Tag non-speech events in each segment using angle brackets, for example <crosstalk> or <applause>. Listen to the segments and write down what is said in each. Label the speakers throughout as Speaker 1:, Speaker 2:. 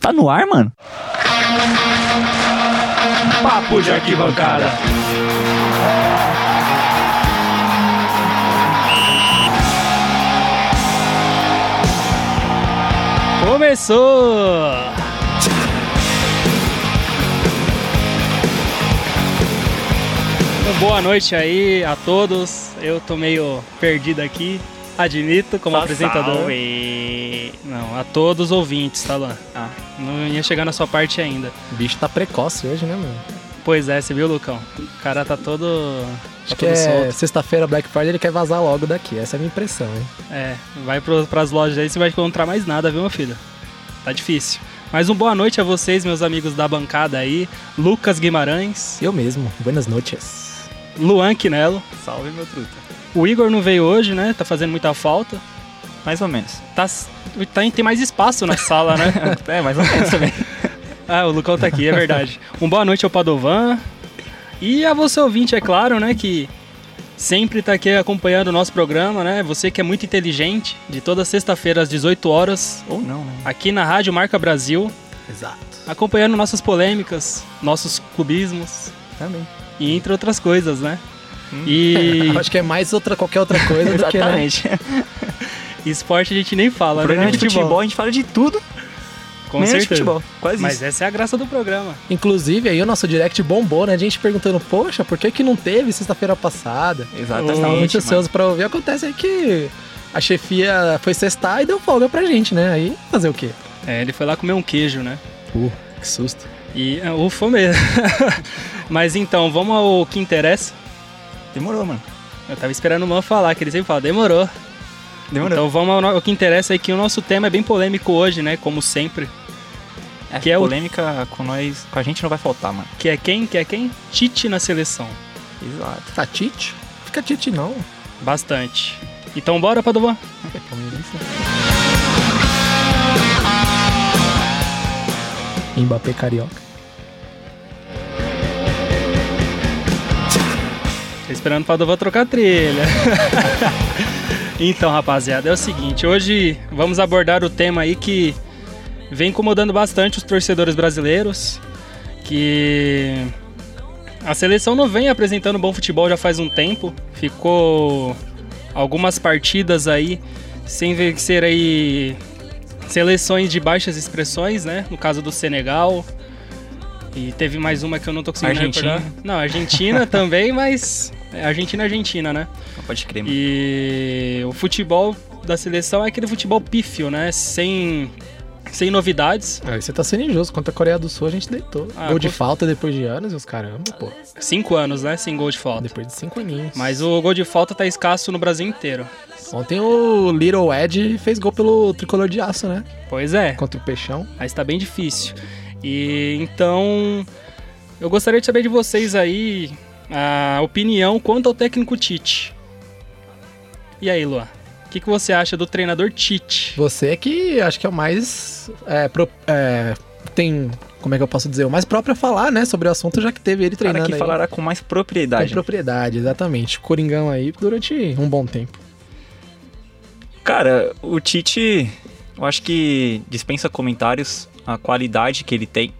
Speaker 1: Tá no ar, mano?
Speaker 2: Papo de arquibancada.
Speaker 3: Começou! Então, boa noite aí a todos. Eu tô meio perdido aqui, admito, como apresentador.
Speaker 2: Salve.
Speaker 3: Não, a todos os ouvintes, tá lá.
Speaker 2: Ah.
Speaker 3: Não ia chegar na sua parte ainda.
Speaker 4: O bicho tá precoce hoje, né, mano?
Speaker 3: Pois é, você viu, Lucão? O cara tá todo. Tá
Speaker 4: Acho que
Speaker 3: todo
Speaker 4: é
Speaker 3: solto.
Speaker 4: sexta-feira, Black Friday, ele quer vazar logo daqui. Essa é a minha impressão, hein?
Speaker 3: É, vai pro, pras lojas aí, você vai encontrar mais nada, viu, meu filho? Tá difícil. Mas um boa noite a vocês, meus amigos da bancada aí. Lucas Guimarães,
Speaker 4: Eu mesmo. Buenas noches.
Speaker 3: Luan Quinello.
Speaker 2: Salve, meu truta.
Speaker 3: O Igor não veio hoje, né? Tá fazendo muita falta.
Speaker 1: Mais ou menos.
Speaker 3: Tá, tá, tem mais espaço na sala, né?
Speaker 1: É, mais ou
Speaker 4: <laughs>
Speaker 1: menos também.
Speaker 3: ah, o Lucão tá aqui, é verdade. Um boa noite ao Padovan. E a você ouvinte, é claro, né? Que sempre tá aqui acompanhando o nosso programa, né? Você que é muito inteligente, de toda sexta-feira às 18 horas,
Speaker 1: Ou não, né?
Speaker 3: aqui na Rádio Marca Brasil,
Speaker 4: Exato.
Speaker 3: acompanhando nossas polêmicas, nossos clubismos
Speaker 1: Também. Hum.
Speaker 3: e entre outras coisas, né? E
Speaker 1: <laughs>
Speaker 4: Acho que é mais outra, qualquer outra coisa do que, né?
Speaker 1: Exatamente.
Speaker 3: esporte a gente nem fala, né?
Speaker 1: Programa de futebol, a gente fala de tudo,
Speaker 3: Com
Speaker 1: menos de
Speaker 3: certeza.
Speaker 1: futebol. Quase
Speaker 3: Mas
Speaker 1: isso.
Speaker 3: essa é a graça do programa.
Speaker 4: Inclusive, aí o nosso direct bombou, né? A gente perguntando, poxa, por que que não teve sexta-feira passada? Então,
Speaker 1: Exatamente.
Speaker 4: Tava muito
Speaker 1: mano.
Speaker 4: ansioso pra ouvir. Acontece aí que a chefia foi sextar e deu folga pra gente, né? Aí fazer o quê?
Speaker 3: É, ele foi lá comer um queijo, né?
Speaker 4: Uh, que susto.
Speaker 3: E ah, ufa mesmo. <laughs> Mas então, vamos ao que interessa.
Speaker 1: Demorou, mano.
Speaker 3: Eu tava esperando o Man falar, que ele sempre fala, demorou.
Speaker 1: Demorou.
Speaker 3: Então vamos ao no- ao que interessa é que o nosso tema é bem polêmico hoje, né? Como sempre.
Speaker 1: Essa
Speaker 3: que é o-
Speaker 1: polêmica com nós, com a gente não vai faltar, mano.
Speaker 3: Que é quem? Que é quem? Tite na seleção.
Speaker 1: Exato.
Speaker 4: Tá Tite? Fica Tite, não.
Speaker 3: Bastante. Então bora, Padovan?
Speaker 4: <laughs> É palmeirense, né? Mbappé carioca.
Speaker 3: Tô esperando o Padovan trocar a trilha. <laughs> então, rapaziada, é o seguinte, hoje vamos abordar o tema aí que vem incomodando bastante os torcedores brasileiros, que a seleção não vem apresentando bom futebol já faz um tempo. Ficou algumas partidas aí sem vencer aí seleções de baixas expressões, né? No caso do Senegal. E teve mais uma que eu não tô conseguindo
Speaker 1: Argentina.
Speaker 3: recordar. Não, Argentina <laughs> também, mas é, Argentina é Argentina, né?
Speaker 1: Não pode crer, mano.
Speaker 3: E o futebol da seleção é aquele futebol pífio, né? Sem sem novidades.
Speaker 4: Aí você tá sendo injusto. Contra a Coreia do Sul a gente deitou.
Speaker 3: Ah,
Speaker 4: Gol de
Speaker 3: com-
Speaker 4: falta depois de anos e os caramba, pô.
Speaker 3: Cinco anos, né? Sem gol de falta.
Speaker 4: Depois de cinco aninhos.
Speaker 3: Mas o gol de falta tá escasso no Brasil inteiro.
Speaker 4: Ontem o Little Ed fez gol pelo tricolor de aço, né?
Speaker 3: Pois é,
Speaker 4: Contra o Peixão.
Speaker 3: mas tá bem difícil. E então eu gostaria de saber de vocês aí a opinião quanto ao técnico Tite. E aí, Luan? O que, que você acha do treinador Tite?
Speaker 4: Você que acho que é o mais. é, pro- é, tem. Como é que eu posso dizer? O mais próprio a falar, né? Sobre o assunto, já que teve ele
Speaker 1: Cara
Speaker 4: treinando.
Speaker 1: que
Speaker 4: aí.
Speaker 1: falará com mais propriedade.
Speaker 4: Com propriedade, exatamente. Coringão aí durante um bom tempo.
Speaker 1: Cara, o Tite, eu acho que dispensa comentários a qualidade que ele tem.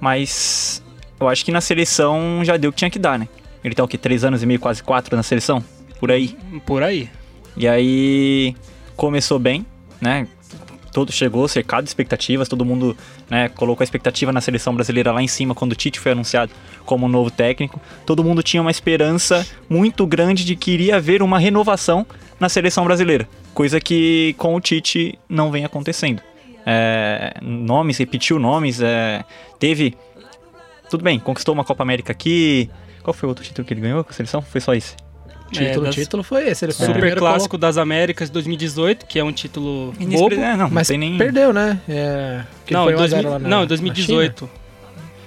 Speaker 1: Mas eu acho que na seleção já deu o que tinha que dar, né? Ele tá o quê? Três anos e meio, quase quatro na seleção? Por aí.
Speaker 3: Por aí.
Speaker 1: E aí começou bem, né? Todo chegou cercado de expectativas, todo mundo né, colocou a expectativa na seleção brasileira lá em cima quando o Tite foi anunciado como novo técnico. Todo mundo tinha uma esperança muito grande de que iria haver uma renovação na seleção brasileira, coisa que com o Tite não vem acontecendo. É, nomes, repetiu nomes, é, teve. Tudo bem, conquistou uma Copa América aqui. Qual foi o outro título que ele ganhou com a seleção? Foi só esse?
Speaker 4: Título,
Speaker 3: É, das-
Speaker 4: título foi esse. Ele foi o
Speaker 3: Super
Speaker 4: primeiro
Speaker 3: Clássico das Américas 2018, que é um título bobo.
Speaker 1: Inexpre- é, não,
Speaker 4: Mas
Speaker 1: não tem nem.
Speaker 4: perdeu, né? É, que
Speaker 3: Não,
Speaker 4: foi
Speaker 3: em
Speaker 4: 1 a 0
Speaker 3: 2000
Speaker 4: lá na-
Speaker 3: não, em
Speaker 4: na
Speaker 3: 2018.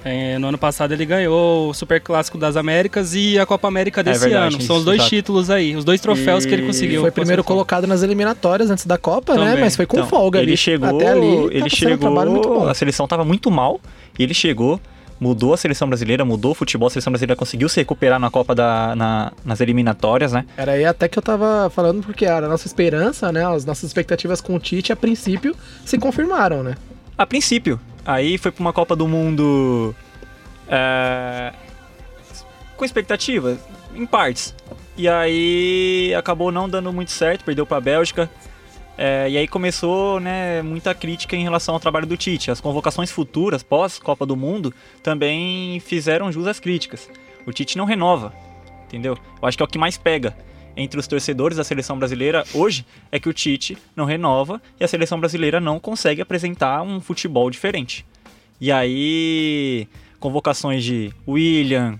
Speaker 3: É, no ano passado ele ganhou o Super Clássico das Américas e a Copa
Speaker 4: É
Speaker 3: América desse
Speaker 1: verdade,
Speaker 3: ano. São
Speaker 1: isso,
Speaker 3: os dois
Speaker 1: exato.
Speaker 3: títulos aí, os dois troféus que ele
Speaker 1: E
Speaker 4: China.
Speaker 3: conseguiu.
Speaker 4: Foi primeiro
Speaker 3: Conseguiu.
Speaker 4: colocado nas eliminatórias antes da Copa, né?
Speaker 3: Também.
Speaker 4: Mas foi com
Speaker 1: Então,
Speaker 4: folga
Speaker 1: ele
Speaker 4: ali.
Speaker 1: chegou,
Speaker 4: Até ali,
Speaker 1: ele
Speaker 4: tava sendo um trabalho muito
Speaker 1: chegou, assim.
Speaker 4: bom.
Speaker 1: a seleção tava muito mal, e ele chegou, mudou a seleção brasileira, mudou o futebol, a seleção brasileira conseguiu se recuperar na Copa da na- nas eliminatórias, né?
Speaker 4: Era aí até que eu tava falando, porque a nossa esperança, né? As nossas expectativas com o Tite, a princípio, se confirmaram, né?
Speaker 1: a princípio. Aí foi pra uma Copa do Mundo é, com expectativa, em partes. E aí acabou não dando muito certo, perdeu pra Bélgica. É, e aí começou né, muita crítica em relação ao trabalho do Tite. As convocações futuras, pós-Copa do Mundo, também fizeram jus às críticas. O Tite não renova, entendeu? Eu acho que é o que mais pega entre os torcedores da seleção brasileira hoje é que o Tite não renova e a seleção brasileira não consegue apresentar um futebol diferente. E aí, convocações de William,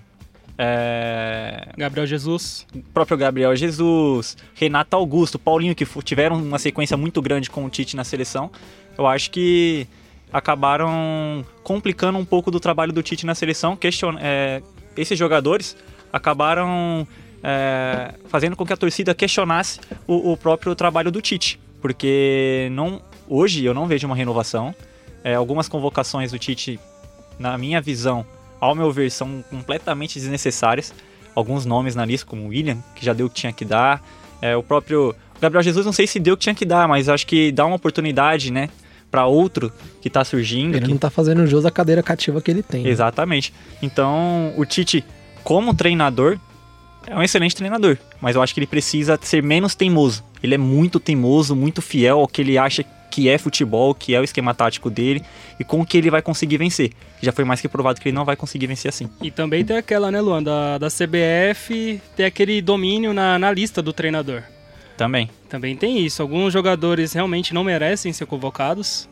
Speaker 1: é,
Speaker 3: Gabriel Jesus.
Speaker 1: próprio Gabriel Jesus, Renato Augusto, Paulinho, que fu- tiveram uma sequência muito grande com o Tite na seleção, eu acho que acabaram complicando um pouco do trabalho do Tite na seleção. Question, é, esses jogadores acabaram é, fazendo com que a torcida questionasse o, o próprio trabalho do Tite, porque não hoje eu não vejo uma renovação. É, algumas convocações do Tite, na minha visão, ao meu ver, são completamente desnecessárias alguns nomes na lista, como o William, que já deu o que tinha que dar. É, o próprio Gabriel Jesus, não sei se deu o que tinha que dar, mas acho que dá uma oportunidade, né, para outro que tá surgindo.
Speaker 4: Ele
Speaker 1: que-
Speaker 4: não tá fazendo jus da cadeira cativa que ele tem.
Speaker 1: Exatamente. Então, o Tite, como treinador, é um excelente treinador, mas eu acho que ele precisa ser menos teimoso. Ele é muito teimoso, muito fiel ao que ele acha que é futebol, que é o esquema tático dele e com o que ele vai conseguir vencer. Já foi mais que provado que ele não vai conseguir vencer assim.
Speaker 3: E também tem aquela, né, Luan, da, da CBF, tem aquele domínio na, na lista do treinador.
Speaker 1: Também.
Speaker 3: Também tem isso. Alguns jogadores realmente não merecem ser convocados.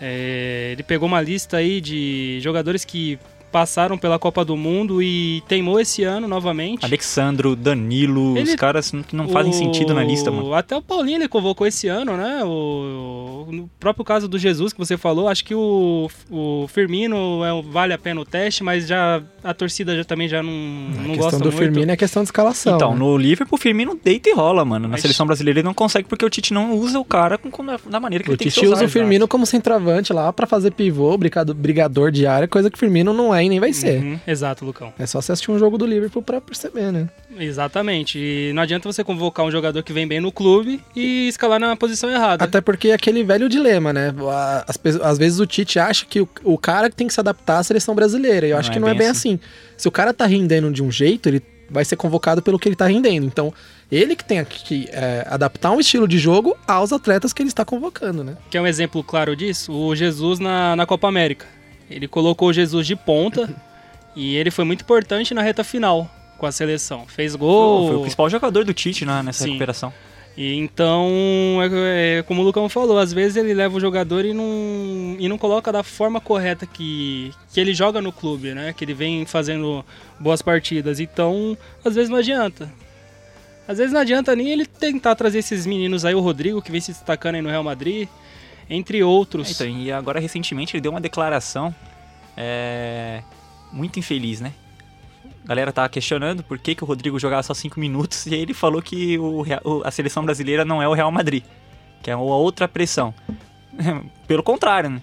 Speaker 3: É, ele pegou uma lista aí de jogadores que passaram pela Copa do Mundo e teimou esse ano novamente.
Speaker 1: Alexandro, Danilo, os
Speaker 3: Ele-
Speaker 1: caras não- não fazem
Speaker 3: O-
Speaker 1: sentido na lista, mano.
Speaker 3: Até o Paulinho ele convocou esse ano, né? O, no próprio caso do Jesus que você falou, acho que o, o Firmino é, um- vale a pena o teste, mas já a torcida já, também já não,
Speaker 4: A
Speaker 3: não gosta
Speaker 4: questão do
Speaker 3: muito.
Speaker 4: Firmino é a questão de escalação.
Speaker 1: Então,
Speaker 4: né?
Speaker 1: no Liverpool, o Firmino deita e rola, mano. Na
Speaker 3: Mas-
Speaker 1: seleção brasileira ele não consegue porque o Tite não usa o cara com, com- da maneira que
Speaker 4: O
Speaker 1: ele tem que ser
Speaker 4: Tite usa o
Speaker 1: usado.
Speaker 4: Firmino como centroavante lá pra fazer pivô, brigado- brigador de área, coisa que o Firmino não é e nem vai ser.
Speaker 3: Uhum, exato, Lucão.
Speaker 4: É só você assistir um jogo do Liverpool pra perceber, né?
Speaker 3: Exatamente. E não adianta você convocar um jogador que vem bem no clube e escalar na posição errada.
Speaker 4: Até porque é aquele velho dilema, né? A- As, pe- às vezes o Tite acha que o, o cara que tem que se adaptar à seleção brasileira. E eu acho
Speaker 1: Não
Speaker 4: que
Speaker 1: é
Speaker 4: não é
Speaker 1: bem
Speaker 4: bem assim. Se o cara tá rendendo de um jeito, ele vai ser convocado pelo que ele tá rendendo. Então, ele que tem que é, adaptar um estilo de jogo aos atletas que ele está convocando, né?
Speaker 3: Que é um exemplo claro disso? O Jesus na, na Copa América. Ele colocou o Jesus de ponta
Speaker 4: <laughs>
Speaker 3: e ele foi muito importante na reta final com a seleção. Fez gol.
Speaker 1: Foi o principal jogador do Tite na- nessa
Speaker 3: Sim.
Speaker 1: recuperação.
Speaker 3: E então, é, é como o Lucão falou, às vezes ele leva o jogador e não, e não coloca da forma correta que, que ele joga no clube, né? Que ele vem fazendo boas partidas. Então, às vezes não adianta. Às vezes não adianta nem ele tentar trazer esses meninos aí, o Rodrigo, que vem se destacando aí no Real Madrid, entre outros.
Speaker 1: Então, e agora recentemente ele deu uma declaração é, muito infeliz, né? A galera tava questionando por que, que o Rodrigo jogava só 5 minutos e aí ele falou que o Rea- o- a seleção brasileira não é o Real Madrid, que é uma outra pressão. <laughs> Pelo contrário, né?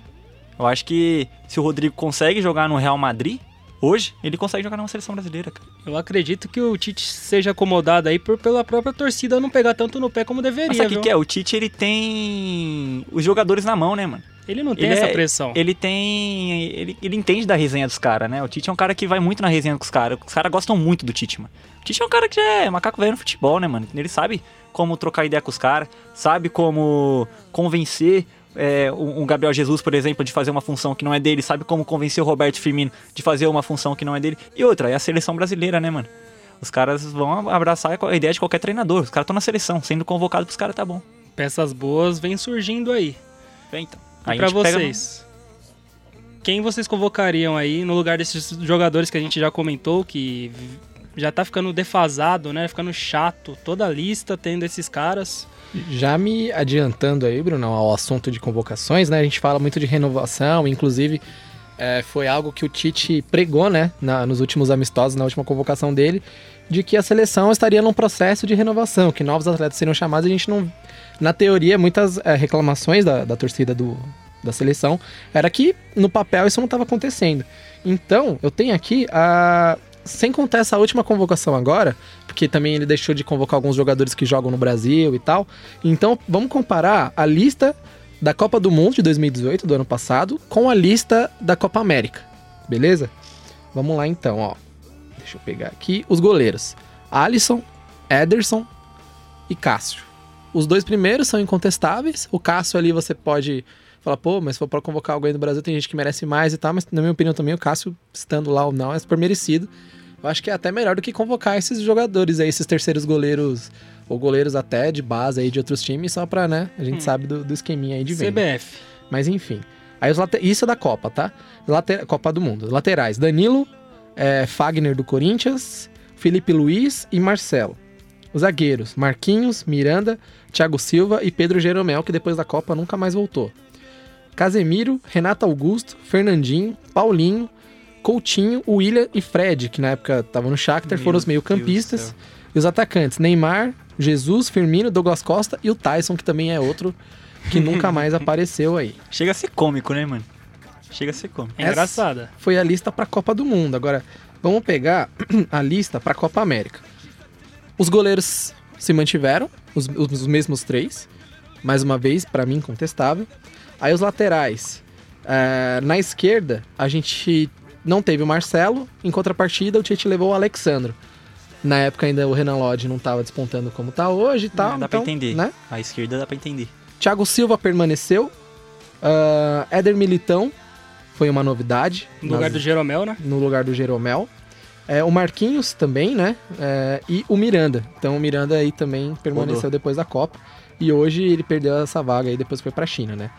Speaker 1: Eu acho que se o Rodrigo consegue jogar no Real Madrid, hoje, ele consegue jogar numa seleção brasileira, cara.
Speaker 3: Eu acredito que o Tite seja acomodado aí por, pela própria torcida não pegar tanto no pé como deveria,
Speaker 1: Mas sabe o que
Speaker 3: viu?
Speaker 1: que é? O Tite, ele tem os jogadores na mão, né, mano?
Speaker 3: Ele não tem
Speaker 1: Ele
Speaker 3: essa
Speaker 1: é-
Speaker 3: pressão.
Speaker 1: ele tem. Ele, ele entende da resenha dos caras, né? O Tite é um cara que vai muito na resenha com os caras. Os caras gostam muito do Tite, mano. O Tite é um cara que já é macaco velho no futebol, né, mano? Ele sabe como trocar ideia com os caras, sabe como convencer. é, um um Gabriel Jesus, por exemplo, de fazer uma função que não é dele, sabe como convencer o Roberto Firmino de fazer uma função que não é dele. E outra, é a seleção brasileira, né, mano? Os caras vão abraçar a ideia de qualquer treinador. Os caras estão na seleção, sendo convocados pros caras, tá bom.
Speaker 3: Peças boas vêm surgindo aí.
Speaker 1: Vem então.
Speaker 3: E
Speaker 1: Aí a
Speaker 3: pra
Speaker 1: gente pega no-
Speaker 3: vocês? Quem vocês convocariam aí no lugar desses jogadores que a gente já comentou, que v- já tá ficando defasado, né? Ficando chato. Toda a lista tendo esses caras.
Speaker 4: Já me adiantando aí, Bruno, ao assunto de convocações, né? A gente fala muito de renovação, inclusive é, foi algo que o Tite pregou, né? na- nos últimos amistosos, na última convocação dele, de que a seleção estaria num processo de renovação, que novos atletas seriam chamados. e A gente não, na teoria, muitas é, reclamações da, da torcida do, da seleção era que no papel isso não estava acontecendo. Então, eu tenho aqui a sem contar essa última convocação agora, porque também ele deixou de convocar alguns jogadores que jogam no Brasil e tal. Então, vamos comparar a lista da Copa do Mundo de 2018, do ano passado, com a lista da Copa América. Beleza? Vamos lá então, ó. Deixa eu pegar aqui os goleiros. Alisson, Ederson e Cássio. Os dois primeiros são incontestáveis. O Cássio ali você pode falar, pô, mas se for pra convocar alguém do Brasil, tem gente que merece mais e tal, mas na minha opinião também o Cássio, estando lá ou não, é super merecido. Eu acho que é até melhor do que convocar esses jogadores aí, esses terceiros goleiros, ou goleiros até de base aí de outros times, só pra, né? A gente sabe do, do esqueminha aí de venda.
Speaker 3: CBF.
Speaker 4: Mas enfim. Aí os late- Isso é da Copa, tá? Late- Copa do Mundo. Laterais: Danilo, eh, Fagner do Corinthians, Felipe Luiz e Marcelo. Os zagueiros: Marquinhos, Miranda, Thiago Silva e Pedro Jeromel, que depois da Copa nunca mais voltou. Casemiro, Renato Augusto, Fernandinho, Paulinho, Coutinho, William e Fred, que na época estavam no Shakhtar, foram os
Speaker 2: Meu
Speaker 4: meio-campistas.
Speaker 2: Deus do céu.
Speaker 4: E os atacantes: Neymar, Jesus, Firmino, Douglas Costa e o Tyson, que também é outro
Speaker 2: <laughs>
Speaker 4: que nunca mais apareceu aí.
Speaker 1: Chega a ser cômico, né, mano? Chega a ser cômico.
Speaker 3: É
Speaker 4: Essa-
Speaker 3: engraçada.
Speaker 4: foi a lista para a Copa do Mundo. Agora, vamos pegar <clears throat> a lista para a Copa América. Os goleiros se mantiveram, os, os- os mesmos três. Mais uma vez, para mim, incontestável. Aí os laterais. Eh, na esquerda, a gente não teve o Marcelo. Em contrapartida, o Tite levou o Alexandro. Na época ainda o Renan Lodge não estava despontando como tá hoje e tal.
Speaker 1: É, dá pra
Speaker 4: então,
Speaker 1: entender.
Speaker 4: Né?
Speaker 1: A esquerda dá pra entender.
Speaker 4: Thiago Silva permaneceu. Ah, Éder Militão foi uma novidade.
Speaker 3: No lugar
Speaker 4: Nas-
Speaker 3: do Jeromel, né?
Speaker 4: no lugar do Jeromel. É, o Marquinhos também, né? É, e o Miranda. Então o Miranda aí também permaneceu
Speaker 1: Rodou.
Speaker 4: depois da Copa. E hoje ele perdeu essa vaga aí, depois foi pra China, né?